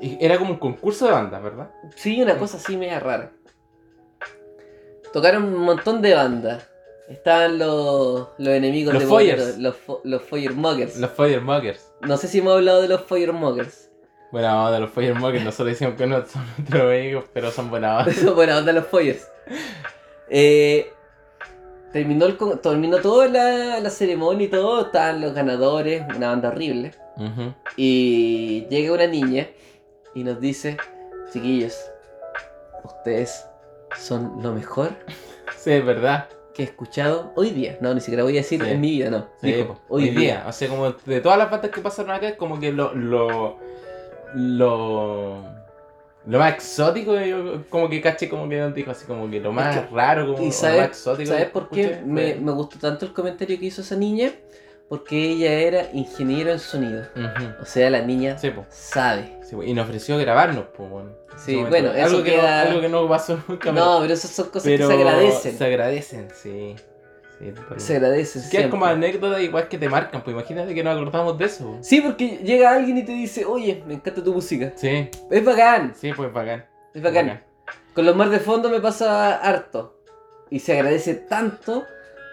Speaker 1: y Era como un concurso de bandas, ¿verdad?
Speaker 2: Sí, una cosa así media rara. Tocaron un montón de bandas. Estaban los, los enemigos
Speaker 1: Los
Speaker 2: de
Speaker 1: Foyers.
Speaker 2: Bolero, los, fo- los Foyermuggers.
Speaker 1: Los Firemuggers.
Speaker 2: No sé si hemos hablado de los Firemuggers.
Speaker 1: Buena onda, los Firemuggers. Nosotros decimos que no son nuestros amigos, pero son buena onda.
Speaker 2: Eso, buena onda los pollos. Eh, terminó, el, con- terminó toda la, la ceremonia y todo, estaban los ganadores, una banda horrible.
Speaker 1: Ujú.
Speaker 2: Y llega una niña y nos dice, chiquillos, ustedes son lo mejor
Speaker 1: Sí, es verdad.
Speaker 2: que he escuchado hoy día. No, ni siquiera voy a decir
Speaker 1: Sí.
Speaker 2: en mi vida, no.
Speaker 1: Sí,
Speaker 2: Dijo,
Speaker 1: po, hoy, día. O sea, como de todas las bandas que pasaron acá, es como que lo. lo. lo, lo más exótico, yo como que caché, como que dijo así, como que lo más
Speaker 2: Es que-
Speaker 1: raro, como
Speaker 2: ¿Y
Speaker 1: o lo
Speaker 2: sabes-
Speaker 1: más exótico.
Speaker 2: ¿Sabes
Speaker 1: que
Speaker 2: por qué
Speaker 1: escuché,
Speaker 2: me,
Speaker 1: fue-
Speaker 2: me gustó tanto el comentario que hizo esa niña? Porque ella era ingeniero en sonido.
Speaker 1: Ujú.
Speaker 2: O sea, la niña
Speaker 1: Sí, po.
Speaker 2: sabe.
Speaker 1: Sí, po, Y nos ofreció grabarnos, pues, bueno.
Speaker 2: Sí, bueno,
Speaker 1: algo,
Speaker 2: eso
Speaker 1: que
Speaker 2: queda-
Speaker 1: no, algo que no pasó nunca.
Speaker 2: No, pero esas son cosas
Speaker 1: pero
Speaker 2: que se agradecen.
Speaker 1: Se agradecen, sí. sí totalmente.
Speaker 2: Se agradecen.
Speaker 1: que es como
Speaker 2: siempre.
Speaker 1: anécdota igual que te marcan, pues imagínate que nos acordamos de eso. po.
Speaker 2: Sí, porque llega alguien y te dice, oye, me encanta tu música.
Speaker 1: Sí,
Speaker 2: Es bacán,
Speaker 1: sí, pues bacán.
Speaker 2: es bacán.
Speaker 1: Bacán.
Speaker 2: Con los mar de fondo me pasa harto. Y se agradece tanto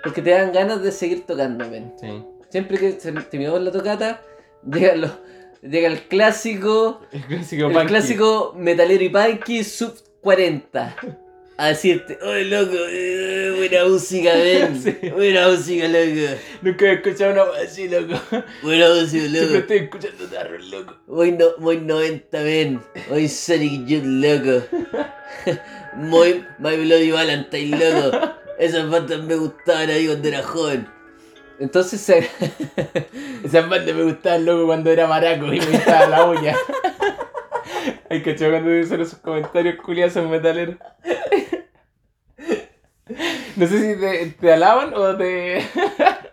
Speaker 2: porque te dan ganas de seguir tocando, men.
Speaker 1: Sí.
Speaker 2: Siempre que se- terminamos la tocata, llega, lo- llega el clásico,
Speaker 1: El clásico
Speaker 2: el
Speaker 1: punky.
Speaker 2: clásico metalero y punky sub 40. A decirte, oye loco, eh, buena música, men.
Speaker 1: Sí.
Speaker 2: Buena música, loco.
Speaker 1: Nunca he escuchado una voz así, loco.
Speaker 2: Buena música, loco.
Speaker 1: Siempre estoy escuchando tarros, loco.
Speaker 2: Hoy, no, hoy 90 men, hoy Sonic Youth loco. Muy My Bloody Valentine loco. Esas bandas me gustaban ahí cuando era joven. Entonces se-
Speaker 1: Esas bandas me gustaban, loco, cuando era maraco y me gustaba la uña. Ay, cachado cuando dicen esos comentarios culiados son metaleros. No sé si te, te alaban o te...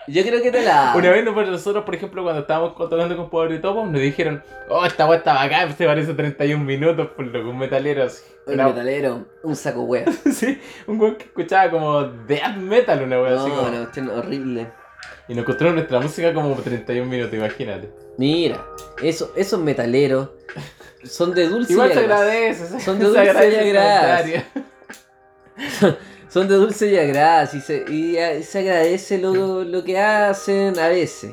Speaker 2: yo creo que te la.
Speaker 1: Una vez por nosotros, por ejemplo, cuando estábamos tocando con Pobre Topo, pues, nos dijeron Oh, esta weá está bacán, se parece a 31 minutos, por loco, un metalero así.
Speaker 2: Un
Speaker 1: Era-
Speaker 2: metalero, un saco wea.
Speaker 1: sí, un weón que escuchaba como death metal, una weá así
Speaker 2: No,
Speaker 1: como...
Speaker 2: una cuestión horrible.
Speaker 1: Y nos costaron nuestra música como 31 minutos, imagínate.
Speaker 2: Mira, eso, esos metaleros son de dulce
Speaker 1: Igual
Speaker 2: y
Speaker 1: se
Speaker 2: agras.
Speaker 1: agradece, se-
Speaker 2: Son
Speaker 1: se
Speaker 2: de dulce
Speaker 1: agradece
Speaker 2: y
Speaker 1: el
Speaker 2: agras.
Speaker 1: comentario.
Speaker 2: Son de dulce y agras y se, y a- se agradece lo, lo que hacen a veces.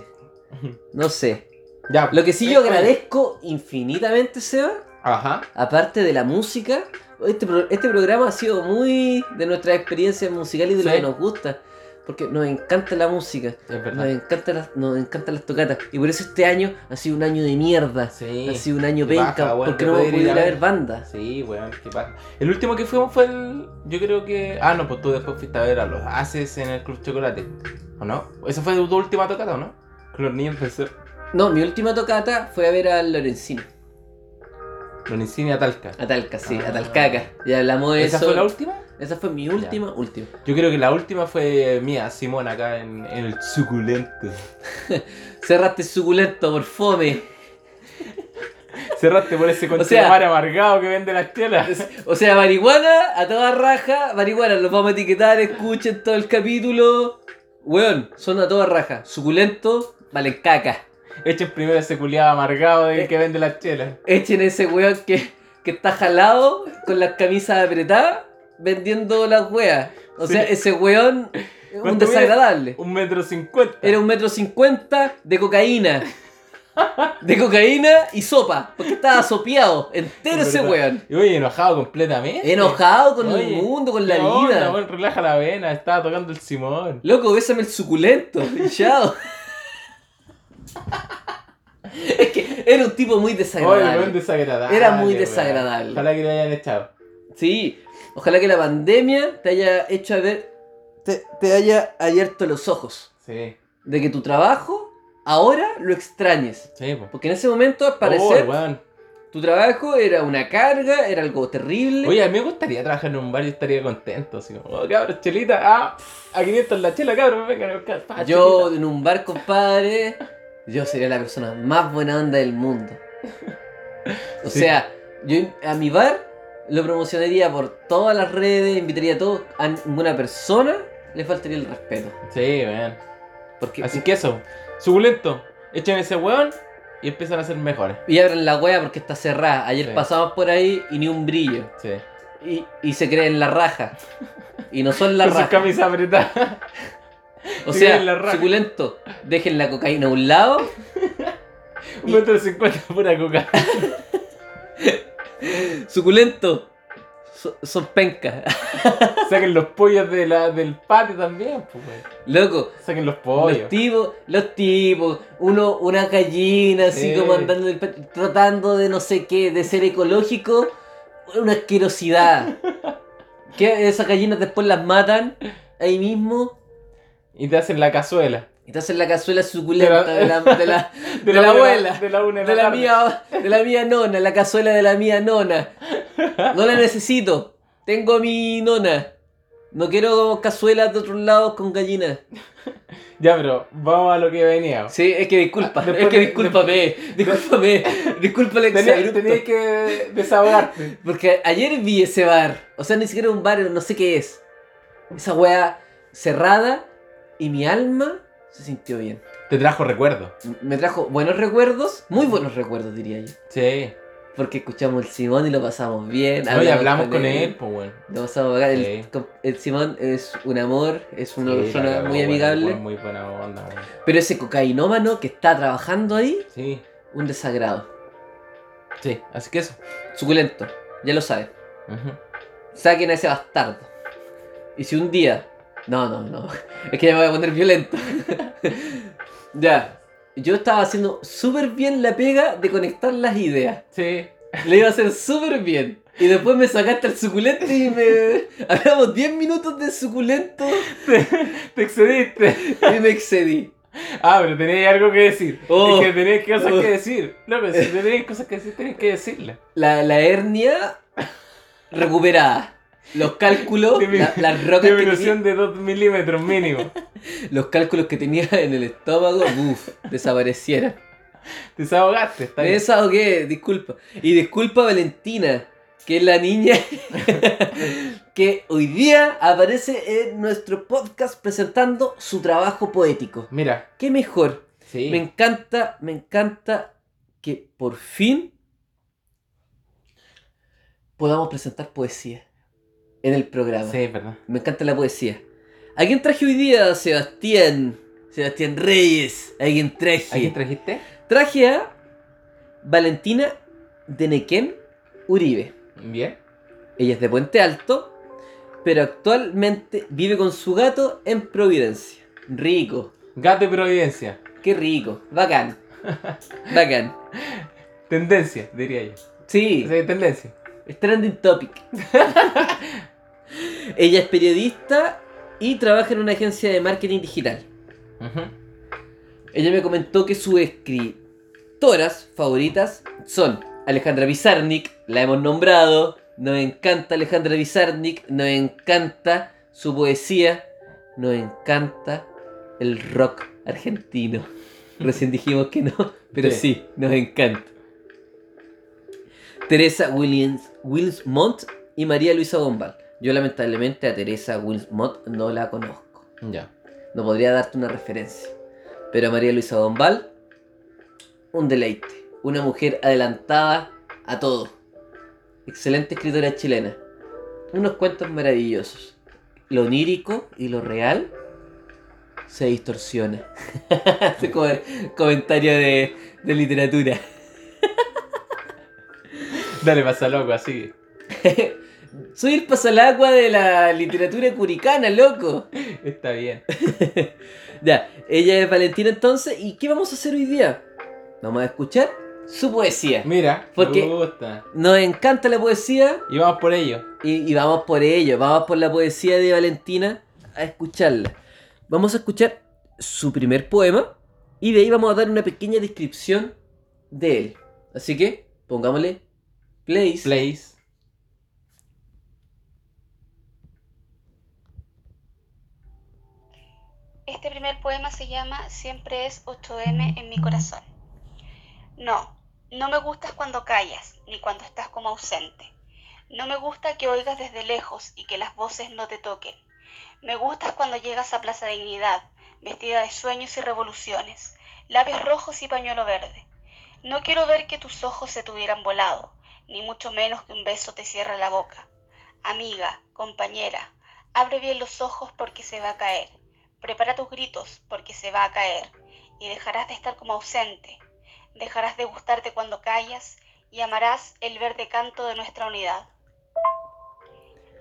Speaker 2: No sé.
Speaker 1: Ya,
Speaker 2: Lo que sí yo agradezco infinitamente, Seba,
Speaker 1: Ajá.
Speaker 2: aparte de la música, este, pro- este programa ha sido muy de nuestra experiencia musical y de lo
Speaker 1: Sí.
Speaker 2: que nos gusta. Porque nos encanta la música,
Speaker 1: Es
Speaker 2: nos,
Speaker 1: verdad.
Speaker 2: encanta las, nos encantan las tocatas. Y por eso este año ha sido un año de mierda.
Speaker 1: Sí.
Speaker 2: Ha sido un año
Speaker 1: Qué
Speaker 2: penca,
Speaker 1: paja, weón,
Speaker 2: porque
Speaker 1: de
Speaker 2: no hemos
Speaker 1: poder ir
Speaker 2: podido
Speaker 1: a
Speaker 2: ir a
Speaker 1: ver.
Speaker 2: ver bandas.
Speaker 1: Sí, weón, qué pasa. El último que fuimos fue el. Yo creo que. Ah, no, pues tú después fuiste a ver a los Haces en el Club Chocolate. ¿O no? Esa fue tu última tocata, ¿o no? Con los niños de ser.
Speaker 2: No, mi última tocata fue a ver a Lorenzino,
Speaker 1: Los Insignia Talca.
Speaker 2: a Talca, sí,
Speaker 1: Ah.
Speaker 2: a Talcaca. Ya hablamos de
Speaker 1: ¿Esa
Speaker 2: eso.
Speaker 1: fue la última?
Speaker 2: Esa fue mi última, última.
Speaker 1: Yo creo que la última fue mía, Simón, acá en, en el suculento.
Speaker 2: Cerraste suculento por fome.
Speaker 1: Cerraste por ese conchito
Speaker 2: sea-
Speaker 1: amargado que vende las chelas.
Speaker 2: O sea, marihuana a toda raja, marihuana, los vamos a etiquetar, escuchen todo el capítulo. Weón, son a toda raja, suculento, valen caca.
Speaker 1: Echen primero ese culiado amargado
Speaker 2: Eh.
Speaker 1: del que vende las chelas.
Speaker 2: Echen ese weón que, que está jalado con las camisas apretadas, vendiendo las weas. O
Speaker 1: Sí.
Speaker 2: sea, ese weón es un
Speaker 1: ¿Cuánto mide?
Speaker 2: desagradable.
Speaker 1: Un metro cincuenta.
Speaker 2: Era un metro cincuenta de cocaína. De cocaína y sopa. Porque estaba sopeado. Entero
Speaker 1: Es
Speaker 2: ese
Speaker 1: verdad.
Speaker 2: weón.
Speaker 1: Y oye, enojado completamente.
Speaker 2: Enojado con
Speaker 1: Oye,
Speaker 2: el mundo, con la
Speaker 1: ¿qué
Speaker 2: vida.
Speaker 1: onda, weón? relaja la vena, estaba tocando el Simón.
Speaker 2: Loco, bésame el suculento, y chao. es que era un tipo muy
Speaker 1: Oye,
Speaker 2: desagradable.
Speaker 1: weón, desagradable.
Speaker 2: Era muy
Speaker 1: weón.
Speaker 2: desagradable.
Speaker 1: Ojalá que le hayan echado.
Speaker 2: Sí, ojalá que la pandemia te haya hecho a ver, te, te haya abierto los ojos
Speaker 1: Sí,
Speaker 2: de que tu trabajo ahora lo extrañes.
Speaker 1: sí, po.
Speaker 2: Porque en ese momento, al
Speaker 1: Oh,
Speaker 2: parecer,
Speaker 1: weón.
Speaker 2: tu trabajo era una carga, era algo terrible.
Speaker 1: Oye, a mí me gustaría trabajar en un bar y estaría contento. Así como, oh, cabros, chelita, ah, a 500 la chela, cabros, venga, venga, pa,
Speaker 2: yo
Speaker 1: chelita.
Speaker 2: en un bar, compadre, yo sería la persona más buena onda del mundo. O
Speaker 1: Sí.
Speaker 2: sea, yo a mi bar lo promocionaría por todas las redes, invitaría a todos, a ninguna persona le faltaría el respeto.
Speaker 1: Sí, weón.
Speaker 2: Porque
Speaker 1: Así que eso, suculento, échame ese weón y empiezan a ser mejores.
Speaker 2: y abran la wea porque está cerrada. Ayer
Speaker 1: Sí.
Speaker 2: pasamos por ahí y ni un brillo.
Speaker 1: Sí.
Speaker 2: Y, y se creen la raja. Y no son la
Speaker 1: Con sus
Speaker 2: raja.
Speaker 1: camisas apretadas.
Speaker 2: O
Speaker 1: se
Speaker 2: sea,
Speaker 1: creen la raja.
Speaker 2: suculento, dejen la cocaína a un lado
Speaker 1: Un metro cincuenta pura coca.
Speaker 2: Suculento. so- son pencas.
Speaker 1: Saquen los pollos de la, del patio también, pues, weón.
Speaker 2: Loco,
Speaker 1: Saquen los
Speaker 2: los
Speaker 1: pollos.
Speaker 2: tipos, los tipos, uno, una gallina así
Speaker 1: Sí.
Speaker 2: como andando en el patio, tratando de no sé qué, de ser ecológico, una asquerosidad. que esas gallinas después las matan ahí mismo
Speaker 1: Y te hacen la cazuela.
Speaker 2: y te hacen la cazuela suculenta de
Speaker 1: De
Speaker 2: la, de la, de la
Speaker 1: una-
Speaker 2: abuela.
Speaker 1: De la una de la
Speaker 2: de la
Speaker 1: tarde.
Speaker 2: mía, de la mía nona, la cazuela de la mía nona. No la necesito. Tengo mi nona. No quiero cazuelas de otros lados con gallinas.
Speaker 1: Ya, pero vamos a lo que venía.
Speaker 2: Sí, es que disculpa,
Speaker 1: Ah,
Speaker 2: es
Speaker 1: después
Speaker 2: que
Speaker 1: de-
Speaker 2: discúlpame, discúlpame, disculpa el
Speaker 1: Tenías,
Speaker 2: exabrupto.
Speaker 1: tenías que desahogarte.
Speaker 2: Porque ayer vi ese bar, o sea, ni siquiera un bar, no sé qué es. Esa wea cerrada y mi alma se sintió bien.
Speaker 1: Te trajo recuerdos.
Speaker 2: Me trajo buenos recuerdos, muy buenos recuerdos diría yo.
Speaker 1: Sí.
Speaker 2: Porque escuchamos el Simón y lo pasamos bien.
Speaker 1: Hoy hablamos con él, pues, weón.
Speaker 2: Lo pasamos acá. El,
Speaker 1: Sí.
Speaker 2: com- el Simón es un amor, es una
Speaker 1: Sí,
Speaker 2: persona
Speaker 1: la cagó,
Speaker 2: muy
Speaker 1: weón,
Speaker 2: amigable.
Speaker 1: weón, Muy buena onda, weón.
Speaker 2: Pero ese cocainómano que está trabajando ahí,
Speaker 1: Sí,
Speaker 2: un desagrado.
Speaker 1: sí. Así que eso.
Speaker 2: Suculento, ya lo sabes.
Speaker 1: Ujú.
Speaker 2: Saquen a ese bastardo. Y si un día. No, no, no. Es que ya me voy a poner violento. ya. Yo estaba haciendo súper bien la pega de conectar las ideas.
Speaker 1: Sí.
Speaker 2: Le iba a hacer súper bien. Y después me sacaste al suculento y me. Hablamos 10 minutos de suculento
Speaker 1: Te, te excediste.
Speaker 2: y me excedí.
Speaker 1: Ah, pero tenías algo que decir.
Speaker 2: Oh.
Speaker 1: Es que tenías cosas
Speaker 2: Oh.
Speaker 1: que decir. No, pero si tenías cosas que decir, tenías que decirlas.
Speaker 2: La, la hernia recuperada. Los cálculos,
Speaker 1: Dimin-
Speaker 2: la- las rocas que tenía,
Speaker 1: Disminución de 2 milímetros mínimo.
Speaker 2: los cálculos que tenía en el estómago, uff, desaparecieron.
Speaker 1: Te desahogaste, está
Speaker 2: Me
Speaker 1: bien.
Speaker 2: desahogué, disculpa. Y disculpa a Valentina, que es la niña que hoy día aparece en nuestro podcast presentando su trabajo poético.
Speaker 1: Mira.
Speaker 2: Qué mejor.
Speaker 1: Sí.
Speaker 2: Me encanta, me encanta que por fin podamos presentar poesía en el programa.
Speaker 1: Sí, es verdad.
Speaker 2: Me encanta la poesía. ¿A quién traje hoy día, Sebastián? Sebastián Reyes. ¿A quién traje?
Speaker 1: ¿A quién trajiste?
Speaker 2: Traje a Valentina Denequén Uribe.
Speaker 1: Bien.
Speaker 2: Ella es de Puente Alto, pero actualmente vive con su gato en Providencia. Rico,
Speaker 1: Gato y Providencia.
Speaker 2: qué rico, bacán. Bacán.
Speaker 1: Tendencia, diría yo.
Speaker 2: Sí,
Speaker 1: Sí, tendencia.
Speaker 2: es trending topic. Ella es periodista y trabaja en una agencia de marketing digital.
Speaker 1: Ujú.
Speaker 2: Ella me comentó que sus escritoras favoritas son Alejandra Pizarnik, la hemos nombrado, nos encanta Alejandra Pizarnik, nos encanta su poesía, nos encanta el rock argentino. Recién dijimos que no, pero
Speaker 1: Sí.
Speaker 2: sí, nos encanta. Teresa Williams, Wilmont y María Luisa Bombal. Yo lamentablemente a Teresa Wilmont no la conozco.
Speaker 1: Ya.
Speaker 2: No podría darte una referencia. Pero María Luisa Bombal, un deleite. Una mujer adelantada a todo. Excelente escritora chilena. unos cuentos maravillosos. Lo onírico y lo real se distorsiona. Ese co- comentario de, de literatura.
Speaker 1: Dale, pasa loco, así.
Speaker 2: Soy el pasalagua de la literatura curicana, loco.
Speaker 1: Está bien.
Speaker 2: Ya, ella es Valentina entonces. ¿Y qué vamos a hacer hoy día? Vamos a escuchar su poesía.
Speaker 1: Mira,
Speaker 2: Porque-
Speaker 1: me gusta.
Speaker 2: Nos encanta la poesía
Speaker 1: Y vamos por ello.
Speaker 2: y, y vamos por ello. Vamos por la poesía de Valentina a escucharla. Vamos a escuchar su primer poema y de ahí vamos a dar una pequeña descripción de él. Así que pongámosle plays.
Speaker 1: Place.
Speaker 3: Este primer poema se llama Siempre es 8M en mi corazón. No, no me gustas cuando callas, ni cuando estás como ausente. No me gusta que oigas desde lejos y que las voces no te toquen. Me gustas cuando llegas a Plaza Dignidad, vestida de sueños y revoluciones, labios rojos y pañuelo verde. No quiero ver que tus ojos se tuvieran volado, ni mucho menos que un beso te cierre la boca. Amiga, compañera, abre bien los ojos porque se va a caer. Prepara tus gritos porque se va a caer y dejarás de estar como ausente. Dejarás de gustarte cuando callas y amarás el verde canto de nuestra unidad.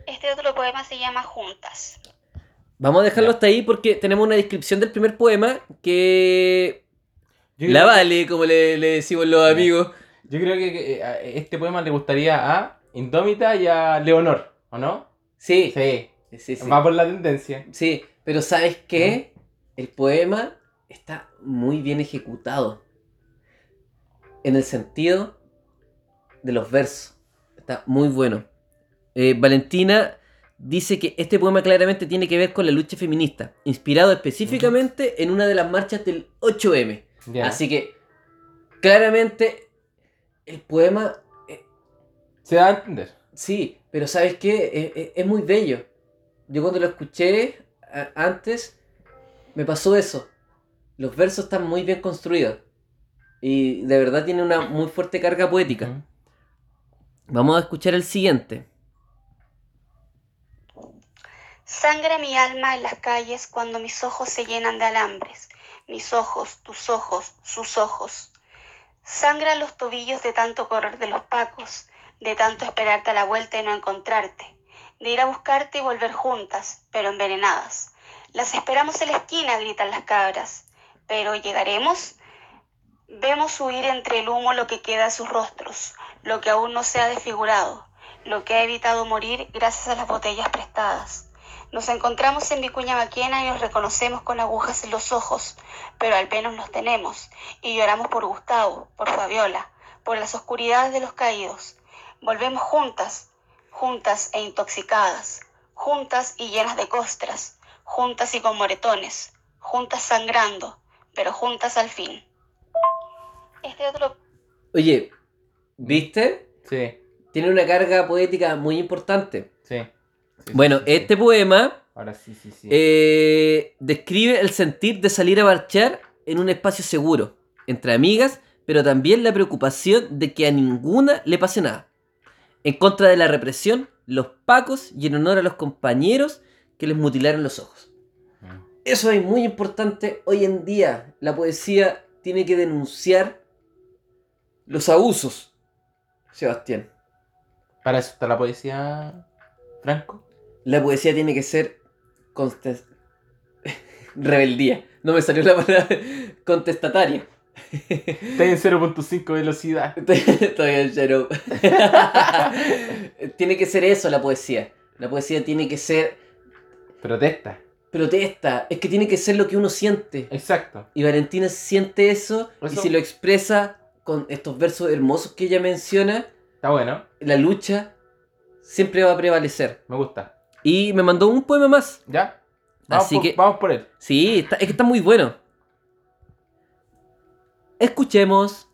Speaker 3: Este otro poema se llama Juntas.
Speaker 2: Vamos a dejarlo
Speaker 1: Ya.
Speaker 2: hasta ahí porque tenemos una descripción del primer poema que
Speaker 1: Yo
Speaker 2: la
Speaker 1: creo-
Speaker 2: vale, como le, le decimos los
Speaker 1: Ya.
Speaker 2: amigos.
Speaker 1: Yo creo que que, eh, a- este poema le gustaría a Indómita y a Leonor, ¿o no?
Speaker 2: Sí,
Speaker 1: Sí.
Speaker 2: sí, sí.
Speaker 1: Va por la tendencia.
Speaker 2: Sí, pero ¿sabes qué? El poema está muy bien ejecutado. En el sentido de los versos. Está muy bueno. Eh, Valentina dice que este poema claramente tiene que ver con la lucha feminista, inspirado específicamente en una de las marchas del 8M.
Speaker 1: Ya.
Speaker 2: Así que, claramente, el poema
Speaker 1: Se da a entender.
Speaker 2: Sí, pero ¿sabes qué? Es, es- es muy bello. Yo cuando lo escuché a- antes, me pasó eso. Los versos están muy bien construidos. Y de verdad tiene una muy fuerte carga poética.
Speaker 1: Ujú.
Speaker 2: Vamos a escuchar el siguiente.
Speaker 3: Sangra mi alma en las calles cuando mis ojos se llenan de alambres, mis ojos, tus ojos, sus ojos. Sangra los tobillos de tanto correr de los pacos, de tanto esperarte a la vuelta y no encontrarte, de ir a buscarte y volver juntas, pero envenenadas. Las esperamos en la esquina, gritan las cabras, pero ¿llegaremos? Vemos huir entre el humo lo que queda de sus rostros, lo que aún no se ha desfigurado, lo que ha evitado morir gracias a las botellas prestadas. Nos encontramos en Vicuña Maquena y nos reconocemos con agujas en los ojos, pero al menos los tenemos, y lloramos por Gustavo, por Fabiola, por las oscuridades de los caídos. Volvemos juntas, juntas e intoxicadas, juntas y llenas de costras, juntas y con moretones, juntas sangrando, pero juntas al fin. Este otro
Speaker 2: Oye, ¿viste?
Speaker 1: Sí,
Speaker 2: Tiene una carga poética muy importante.
Speaker 1: sí. Sí,
Speaker 2: Bueno,
Speaker 1: sí, sí, sí.
Speaker 2: este poema
Speaker 1: Ahora sí, sí, sí.
Speaker 2: eh, describe el sentir de salir a marchar en un espacio seguro, entre amigas, pero también la preocupación de que a ninguna le pase nada. En contra de la represión, los pacos y en honor a los compañeros que les mutilaron los ojos.
Speaker 1: Mm.
Speaker 2: Eso es muy importante hoy en día. La poesía tiene que denunciar los abusos, Sebastián.
Speaker 1: Para eso está la poesía, Franco.
Speaker 2: La poesía tiene que ser contes- rebeldía. No me salió la palabra contestataria.
Speaker 1: Está en 0.5 velocidad.
Speaker 2: Todavía en cero. tiene que ser eso la poesía. La poesía tiene que ser
Speaker 1: Protesta.
Speaker 2: protesta. Es que tiene que ser lo que uno siente.
Speaker 1: Exacto.
Speaker 2: Y Valentina siente eso, y
Speaker 1: Eso.
Speaker 2: si lo expresa con estos versos hermosos que ella menciona,
Speaker 1: Está bueno.
Speaker 2: la lucha siempre va a prevalecer.
Speaker 1: Me gusta.
Speaker 2: Y me mandó un poema más.
Speaker 1: ¿Ya? Vamos,
Speaker 2: Así
Speaker 1: por,
Speaker 2: que-
Speaker 1: vamos por él.
Speaker 2: Sí, está- es que está muy bueno. Escuchemos.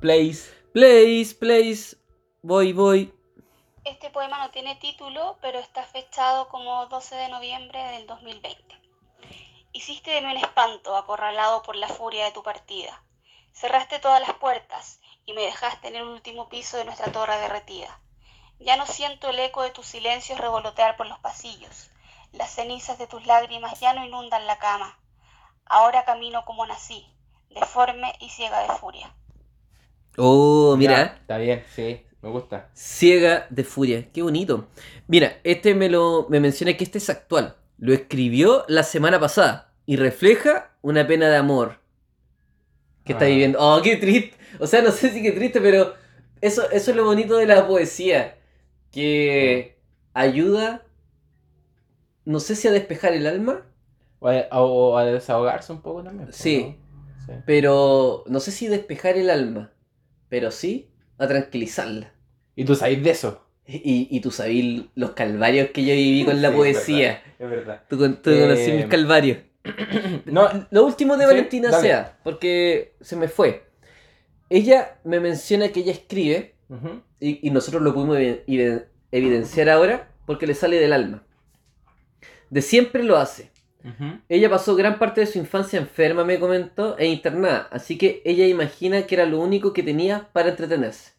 Speaker 2: Place. Place, place. Voy, voy.
Speaker 3: Este poema no tiene título, pero está fechado como 12 de noviembre del 2020. Hiciste de mí un espanto acorralado por la furia de tu partida. Cerraste todas las puertas y me dejaste en el último piso de nuestra torre derretida. Ya no siento el eco de tus silencios revolotear por los pasillos. Las cenizas de tus lágrimas ya no inundan la cama. Ahora camino como nací, deforme y ciega de furia.
Speaker 2: Oh, mira.
Speaker 1: Ya, está bien, sí, me gusta.
Speaker 2: Ciega de furia. Qué bonito. Mira, este me lo me menciona que este es actual. Lo escribió la semana pasada y refleja una pena de amor que está
Speaker 1: Ah.
Speaker 2: viviendo. Oh, qué triste. O sea, no sé si qué triste, pero eso, eso es lo bonito de la poesía. Que ayuda, no sé si a despejar el alma,
Speaker 1: O a, o a desahogarse un poco también. pues,
Speaker 2: Sí.
Speaker 1: ¿no? Sí.
Speaker 2: pero no sé si despejar el alma, pero sí a tranquilizarla.
Speaker 1: Y tú sabes de eso.
Speaker 2: Y, y tú sabés los calvarios que yo viví con la
Speaker 1: Sí, es
Speaker 2: poesía.
Speaker 1: Es verdad.
Speaker 2: Tú, con- tú
Speaker 1: Eh,
Speaker 2: conocí mis calvarios.
Speaker 1: No,
Speaker 2: Lo último de
Speaker 1: ¿Sí?
Speaker 2: Valentina
Speaker 1: Dale.
Speaker 2: Sea, porque se me fue. Ella me menciona que ella escribe,
Speaker 1: ujú.
Speaker 2: y, y nosotros lo pudimos evi- evi- evidenciar ahora, porque le sale del alma. De siempre lo hace.
Speaker 1: Ujú.
Speaker 2: Ella pasó gran parte de su infancia enferma, me comentó, e internada, así que ella imagina que era lo único que tenía para entretenerse.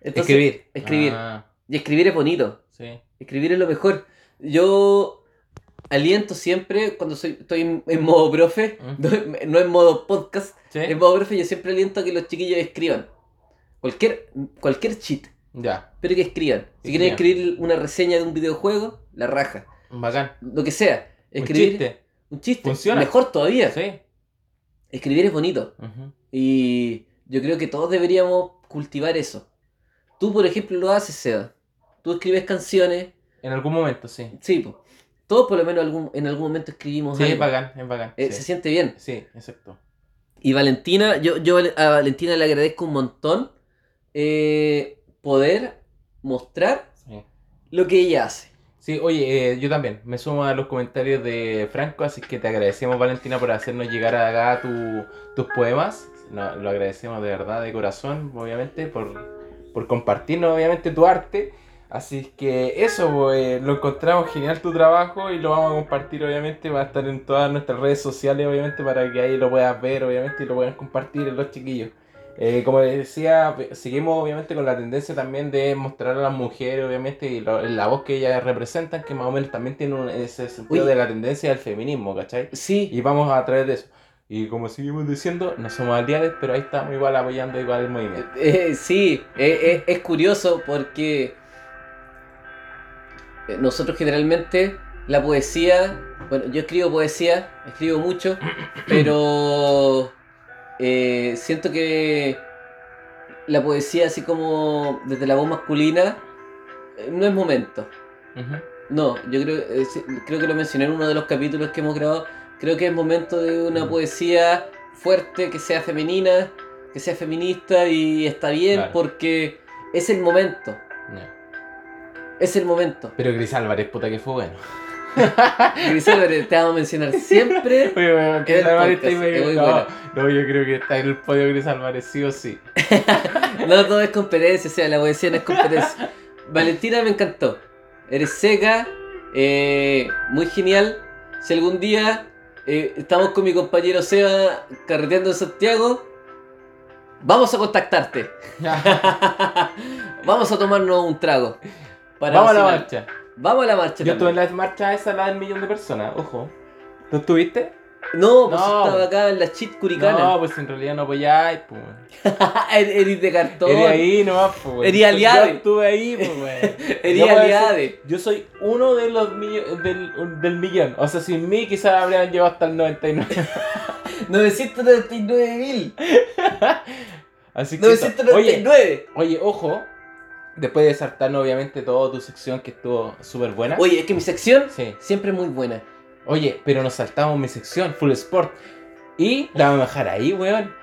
Speaker 2: Entonces,
Speaker 1: escribir.
Speaker 2: escribir.
Speaker 1: Ah,
Speaker 2: Y escribir es bonito.
Speaker 1: sí.
Speaker 2: Escribir es lo mejor. Yo aliento siempre, cuando soy, estoy en, en modo profe,
Speaker 1: Mm.
Speaker 2: no, en- no en modo podcast,
Speaker 1: Sí.
Speaker 2: en modo profe yo siempre aliento a que los chiquillos escriban. Cualquier, cualquier cheat,
Speaker 1: Ya.
Speaker 2: pero que escriban. Si
Speaker 1: Escriban.
Speaker 2: quieren escribir una reseña de un videojuego, la raja.
Speaker 1: Bacán.
Speaker 2: Lo que sea.
Speaker 1: Un
Speaker 2: Escribir
Speaker 1: chiste.
Speaker 2: un chiste.
Speaker 1: Funciona.
Speaker 2: Mejor todavía.
Speaker 1: Sí.
Speaker 2: Escribir es bonito.
Speaker 1: Ujú.
Speaker 2: Y yo creo que todos deberíamos cultivar eso. Tú, por ejemplo, lo haces, Seba. Tú escribes canciones,
Speaker 1: En algún momento, sí.
Speaker 2: Sí, po. todos por lo menos algún, en algún momento escribimos
Speaker 1: Sí, es
Speaker 2: algo.
Speaker 1: bacán, es bacán.
Speaker 2: Eh, Se
Speaker 1: sí.
Speaker 2: siente bien.
Speaker 1: sí, exacto.
Speaker 2: Y Valentina, yo, yo a Valentina le agradezco un montón eh, poder mostrar
Speaker 1: Sí.
Speaker 2: lo que ella hace.
Speaker 1: Sí, oye, eh, yo también. Me sumo a los comentarios de Franco, así que te agradecemos, Valentina, por hacernos llegar acá tu- tus poemas. No, lo agradecemos de verdad, de corazón, obviamente, por, por compartirnos, obviamente, tu arte. Así que eso, bo, eh, lo encontramos genial tu trabajo y lo vamos a compartir, obviamente, va a estar en todas nuestras redes sociales, obviamente, para que ahí lo puedas ver, obviamente, y lo puedan compartir los chiquillos. Eh, como les decía, ve- seguimos obviamente con la tendencia también de mostrar a las mujeres, obviamente, y lo- la voz que ellas representan, que más o menos también tiene un- ese sentido
Speaker 2: Oye.
Speaker 1: de la tendencia del feminismo, ¿cachai?
Speaker 2: Sí,
Speaker 1: Y vamos a traer de eso. Y como seguimos diciendo, no somos aliados, pero ahí estamos igual apoyando igual el movimiento.
Speaker 2: eh, sí, eh, eh, es curioso porque eh, nosotros generalmente la poesía, bueno, yo escribo poesía, escribo mucho, pero eh, siento que la poesía así como desde la voz masculina eh, no es momento.
Speaker 1: Ujú.
Speaker 2: No, yo creo, eh, sí, creo que lo mencioné en uno de los capítulos que hemos grabado. Creo que es momento de una
Speaker 1: Mm.
Speaker 2: poesía fuerte, que sea femenina, que sea feminista y está bien
Speaker 1: Claro.
Speaker 2: porque es el momento,
Speaker 1: Ya.
Speaker 2: es el momento.
Speaker 1: Pero Gris Álvarez, puta que fue bueno.
Speaker 2: Grisel, te vamos a mencionar siempre.
Speaker 1: Oye, weón, Gris
Speaker 2: El
Speaker 1: Álvarez está
Speaker 2: podcast,
Speaker 1: ahí
Speaker 2: es muy
Speaker 1: medio-
Speaker 2: bueno.
Speaker 1: no, no, yo creo que está en el podio Gris Álvarez, sí o sí.
Speaker 2: No todo es competencia, o sea, la poesía no es competencia. Valentina me encantó. Eres seca, eh, muy genial. Si algún día eh, estamos con mi compañero Seba carreteando en Santiago, vamos a contactarte. vamos a tomarnos un trago. para
Speaker 1: vamos a la
Speaker 2: vacilar.
Speaker 1: marcha.
Speaker 2: Vamos a la marcha.
Speaker 1: Yo estuve en
Speaker 2: también.
Speaker 1: la marcha esa, la del millón de personas, ojo. ¿Tú estuviste?
Speaker 2: No, pues
Speaker 1: No.
Speaker 2: estaba acá en la chit curicana.
Speaker 1: No, pues en realidad no apoyáis, pues.
Speaker 2: Er- Eres de cartón.
Speaker 1: Eres ahí nomás, pues. weón.
Speaker 2: Eres aliado.
Speaker 1: Yo estuve ahí, pues, weón.
Speaker 2: Eres
Speaker 1: Yo puedo
Speaker 2: aliade.
Speaker 1: Yo soy uno de los millo- del, del millón. O sea, sin mí quizás habrían llegado hasta el 99.
Speaker 2: 999 mil.
Speaker 1: Así que. eso. Oye,
Speaker 2: 999.
Speaker 1: oye, ojo. Después de saltarnos, obviamente, toda tu sección que estuvo súper buena.
Speaker 2: Oye, es que mi sección
Speaker 1: Sí.
Speaker 2: siempre es muy buena.
Speaker 1: Oye, pero nos saltamos mi sección, Full Sport. Y la vamos a dejar ahí, weón.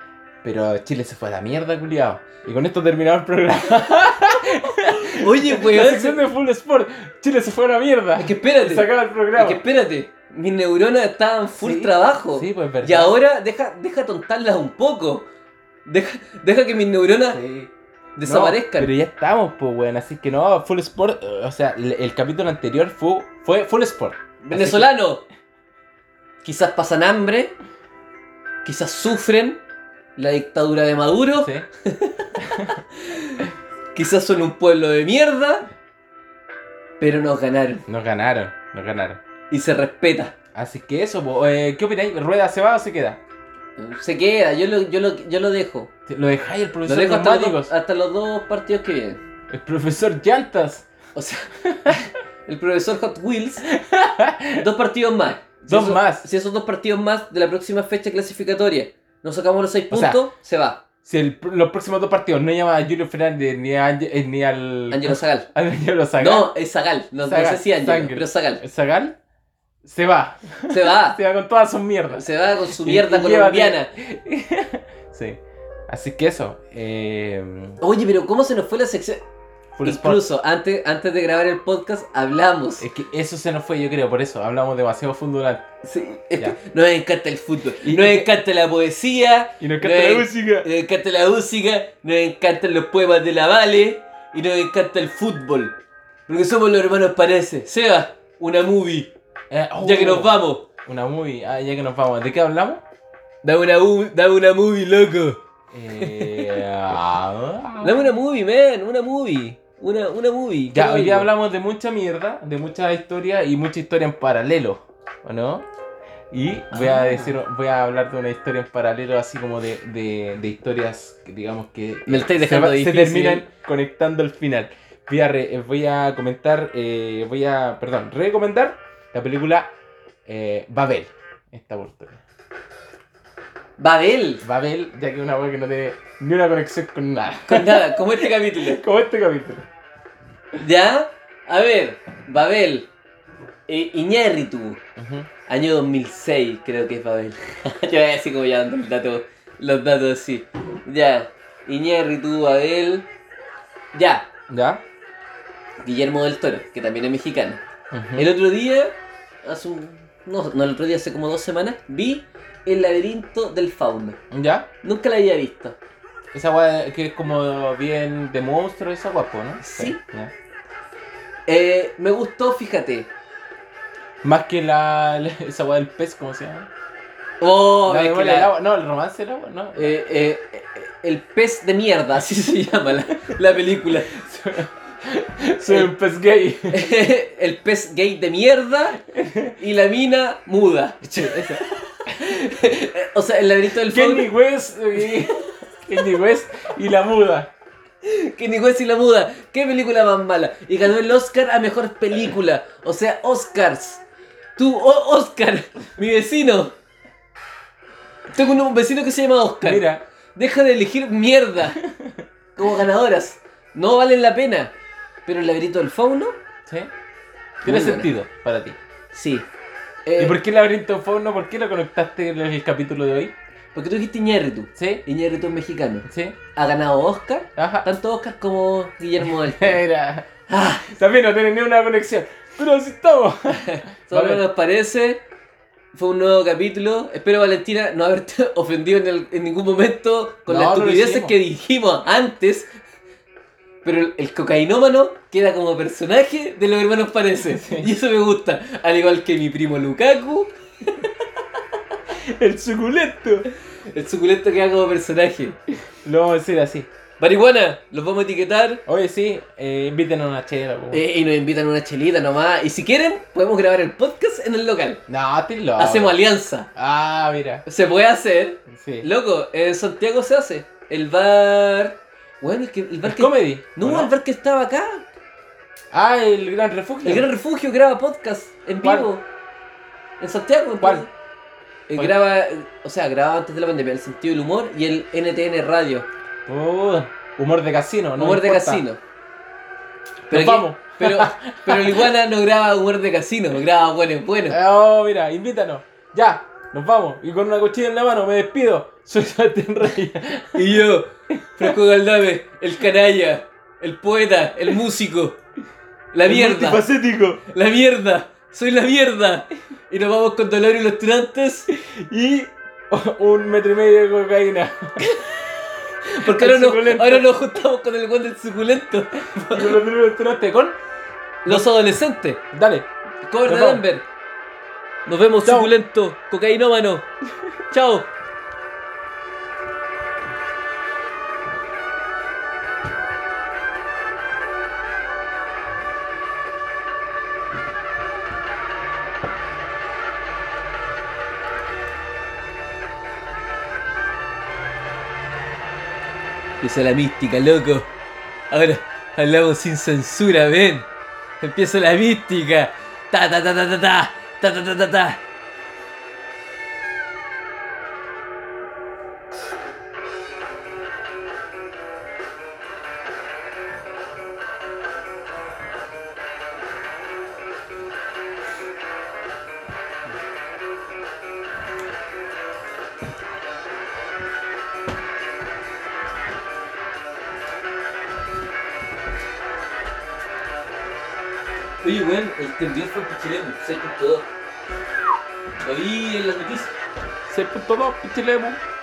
Speaker 1: Pero Chile se fue a la mierda, culiao. Y con esto terminamos el programa.
Speaker 2: Oye,
Speaker 1: la
Speaker 2: weón.
Speaker 1: sección de Full Sport. Chile se fue a la mierda.
Speaker 2: Es que espérate.
Speaker 1: Se acaba el
Speaker 2: Es
Speaker 1: programa.
Speaker 2: que espérate. Mis neuronas estaban full
Speaker 1: Sí,
Speaker 2: trabajo.
Speaker 1: Sí, pues verdad.
Speaker 2: y ahora deja, deja tontarlas un poco. Deja, deja que mis neuronas
Speaker 1: Sí. No,
Speaker 2: desaparezcan.
Speaker 1: pero ya estamos, pues, weón. Así que no, Full Sport. eh, O sea, el, el capítulo anterior fue, fue Full Sport.
Speaker 2: Venezolano. Quizás pasan hambre. Quizás sufren la dictadura de Maduro.
Speaker 1: Sí.
Speaker 2: Quizás son un pueblo de mierda. Pero nos ganaron.
Speaker 1: Nos ganaron, nos ganaron.
Speaker 2: Y se respeta.
Speaker 1: Así que eso, po. Eh, ¿qué opináis? ¿Rueda se va o se queda?
Speaker 2: Se queda, yo lo, yo lo, yo lo dejo.
Speaker 1: Lo dejáis el
Speaker 2: Lo
Speaker 1: profesor
Speaker 2: dejo hasta los,
Speaker 1: Neumáticos.
Speaker 2: dos, hasta los dos partidos que vienen.
Speaker 1: El profesor Llantas.
Speaker 2: O sea, el profesor Hot Wheels, dos partidos más. Si
Speaker 1: Dos
Speaker 2: esos-
Speaker 1: más.
Speaker 2: Si esos dos partidos más de la próxima fecha clasificatoria nos sacamos los seis
Speaker 1: O sea,
Speaker 2: puntos, se va.
Speaker 1: Si el- los próximos dos partidos no llama a Julio Fernández ni, a, Ange- eh, ni al.
Speaker 2: Ángelo Zagal.
Speaker 1: al Angelo Zagal.
Speaker 2: No, es Zagal. No, no
Speaker 1: Zagal,
Speaker 2: sé si Ángelo,
Speaker 1: Zagal.
Speaker 2: pero Zagal.
Speaker 1: Zagal se va.
Speaker 2: Se va.
Speaker 1: Se va con todas sus mierdas.
Speaker 2: Se va con su
Speaker 1: Y-
Speaker 2: mierda
Speaker 1: y llévate-
Speaker 2: colombiana.
Speaker 1: Sí. Así que eso. Eh,
Speaker 2: Oye, pero ¿cómo se nos fue la sección?
Speaker 1: full spot.
Speaker 2: Incluso antes, antes de grabar el podcast hablamos.
Speaker 1: Es que eso se nos fue, yo creo, por eso. Hablamos demasiado fundo durante-
Speaker 2: Sí.
Speaker 1: Ya.
Speaker 2: Nos encanta el fútbol,
Speaker 1: Y-
Speaker 2: nos
Speaker 1: y-
Speaker 2: encanta la poesía,
Speaker 1: Y nos
Speaker 2: encanta la
Speaker 1: música.
Speaker 2: nos encanta la música, nos encantan los poemas de la Vale y nos encanta el fútbol. Porque somos los hermanos parece. Seba, una movie, ya
Speaker 1: Oh.
Speaker 2: que nos vamos.
Speaker 1: Eh, uh, Una movie. Ah, ya que nos vamos. ¿De qué hablamos?
Speaker 2: Dame una, u- dame una movie, loco.
Speaker 1: Eh, ah.
Speaker 2: Dame una movie, man, una movie. Una, una movie.
Speaker 1: Ya,
Speaker 2: Quiero
Speaker 1: hoy día
Speaker 2: algo.
Speaker 1: hablamos de mucha mierda, de mucha historia y mucha historia en paralelo, ¿o no? Y voy a
Speaker 2: Ah.
Speaker 1: decir, voy a hablar de una historia en paralelo, así como de, de, de historias, que, digamos que
Speaker 2: Me lo estáis
Speaker 1: se,
Speaker 2: dejando
Speaker 1: va- se
Speaker 2: difícil.
Speaker 1: terminan conectando al final. Voy a, re- eh, voy a comentar, eh, voy a, perdón, recomendar la película eh, Babel. Esta oportunidad.
Speaker 2: Babel.
Speaker 1: Babel, ya que es una wea que no tiene ni una conexión con nada.
Speaker 2: Con nada, como este capítulo.
Speaker 1: Como este capítulo.
Speaker 2: ¿Ya? A ver, Babel. Eh, Iñárritu. Año 2006, creo que es Babel. Yo voy así como ya dando el dato- los datos así. Ya, Iñárritu, Babel. Ya,
Speaker 1: ¿Ya?
Speaker 2: Guillermo del Toro, que también es mexicano.
Speaker 1: Ujú.
Speaker 2: El otro día, hace un. No, no, el otro día, hace como dos semanas, vi El laberinto del fauno.
Speaker 1: ¿Ya?
Speaker 2: Nunca la había visto.
Speaker 1: Esa weá que es como bien de monstruo, esa guapo, ¿no?
Speaker 2: Sí.
Speaker 1: ya.
Speaker 2: Eh, me gustó, fíjate.
Speaker 1: Más que la, la- esa weá del pez, ¿cómo se llama?
Speaker 2: Oh,
Speaker 1: La
Speaker 2: es que
Speaker 1: memoria
Speaker 2: la-
Speaker 1: del agua. No, el romance del agua, ¿no? Eh,
Speaker 2: Eh, eh, eh, el pez de mierda, así se llama la, la película.
Speaker 1: Soy un pez gay.
Speaker 2: el pez gay de mierda y la mina muda.
Speaker 1: Esa.
Speaker 2: O sea, el laberinto del
Speaker 1: Kenny
Speaker 2: fauno.
Speaker 1: West. eh, Kenny West y la muda.
Speaker 2: Kenny West y la muda. Qué película más mala. Y ganó el Oscar a mejor película. O sea, Oscars. Tú, O- Oscar, mi vecino. Tengo un vecino que se llama Oscar.
Speaker 1: Mira,
Speaker 2: Deja de elegir mierda como ganadoras. No valen la pena. Pero el laberinto del fauno,
Speaker 1: ¿sí?
Speaker 2: buena.
Speaker 1: Tiene sentido para ti.
Speaker 2: sí.
Speaker 1: ¿Y
Speaker 2: Eh,
Speaker 1: por qué el laberinto fauno? ¿Por qué lo conectaste en el capítulo de hoy?
Speaker 2: Porque tú dijiste Iñárritu.
Speaker 1: ¿Sí?
Speaker 2: Iñárritu es mexicano.
Speaker 1: ¿Sí?
Speaker 2: Ha ganado Oscar.
Speaker 1: Ajá.
Speaker 2: Tanto Oscar como Guillermo del Toro.
Speaker 1: Era.
Speaker 2: Ah,
Speaker 1: También no tiene ni una conexión. Pero sí estamos.
Speaker 2: solo
Speaker 1: Vale.
Speaker 2: nos parece. Fue un nuevo capítulo. Espero, Valentina, no haberte ofendido en, el- en ningún momento con
Speaker 1: No,
Speaker 2: las
Speaker 1: no lo
Speaker 2: estupideces
Speaker 1: hicimos.
Speaker 2: que dijimos antes. Pero el, el cocainómano queda como personaje de los hermanos parece.
Speaker 1: Sí.
Speaker 2: Y eso me gusta. Al igual que mi primo Lukaku,
Speaker 1: El suculento.
Speaker 2: el suculento queda como personaje.
Speaker 1: Lo vamos a decir así.
Speaker 2: Marihuana, los vamos a etiquetar.
Speaker 1: Oye, sí, eh, invítenos a una chela. po.
Speaker 2: Eh, y nos invitan a una chelita nomás. Y si quieren, podemos grabar el podcast en el local.
Speaker 1: No, estoy loco.
Speaker 2: Hacemos alianza.
Speaker 1: Ah, mira.
Speaker 2: Se puede hacer.
Speaker 1: Sí.
Speaker 2: Loco, en Santiago se hace. El bar. Bueno, el, que, el bar
Speaker 1: ¿El
Speaker 2: que.
Speaker 1: comedy?
Speaker 2: No,
Speaker 1: ¿o no?
Speaker 2: el bar que estaba acá.
Speaker 1: Ah, el Gran Refugio.
Speaker 2: El Gran Refugio graba podcast en
Speaker 1: ¿Cuál?
Speaker 2: vivo. En Santiago. en
Speaker 1: ¿Cuál?
Speaker 2: Plaza. Eh,
Speaker 1: ¿Cuál?
Speaker 2: graba, eh, o sea, grababa antes de la pandemia, el sentido del humor y el NTN Radio,
Speaker 1: Oh, humor de casino, ¿no?
Speaker 2: humor de
Speaker 1: importa.
Speaker 2: casino.
Speaker 1: Nos
Speaker 2: aquí-
Speaker 1: vamos.
Speaker 2: Pero, pero el Iguana no graba humor de casino, graba buenos buenos.
Speaker 1: Oh, mira, invítanos. Ya, nos vamos. Y con una cochina en la mano, me despido. Soy Sebastián Rey.
Speaker 2: Y yo, Franco Galdame, el canalla, el poeta, el músico, la mierda.
Speaker 1: Pacético.
Speaker 2: La mierda, soy la mierda. Y nos vamos con Dolor y los Tunantes.
Speaker 1: Y un metro y medio de cocaína.
Speaker 2: Porque
Speaker 1: El
Speaker 2: ahora nos,
Speaker 1: suculento.
Speaker 2: ahora nos juntamos con el guante del suculento.
Speaker 1: Y con los primeros trote con.
Speaker 2: Los adolescentes.
Speaker 1: Dale.
Speaker 2: Cover
Speaker 1: Nos
Speaker 2: de
Speaker 1: vamos.
Speaker 2: Denver. Nos vemos,
Speaker 1: Chao.
Speaker 2: suculento, cocainómano. Chao. Empieza la mística, loco. Ahora hablamos sin censura, ven. Empieza la mística. Ta ta ta ta ta ta. Ta ta ta ta ta. Oye, weón, el temblor fue pichilemo, 6.2. Lo vi en las noticias.
Speaker 1: 6.2, pichilemo.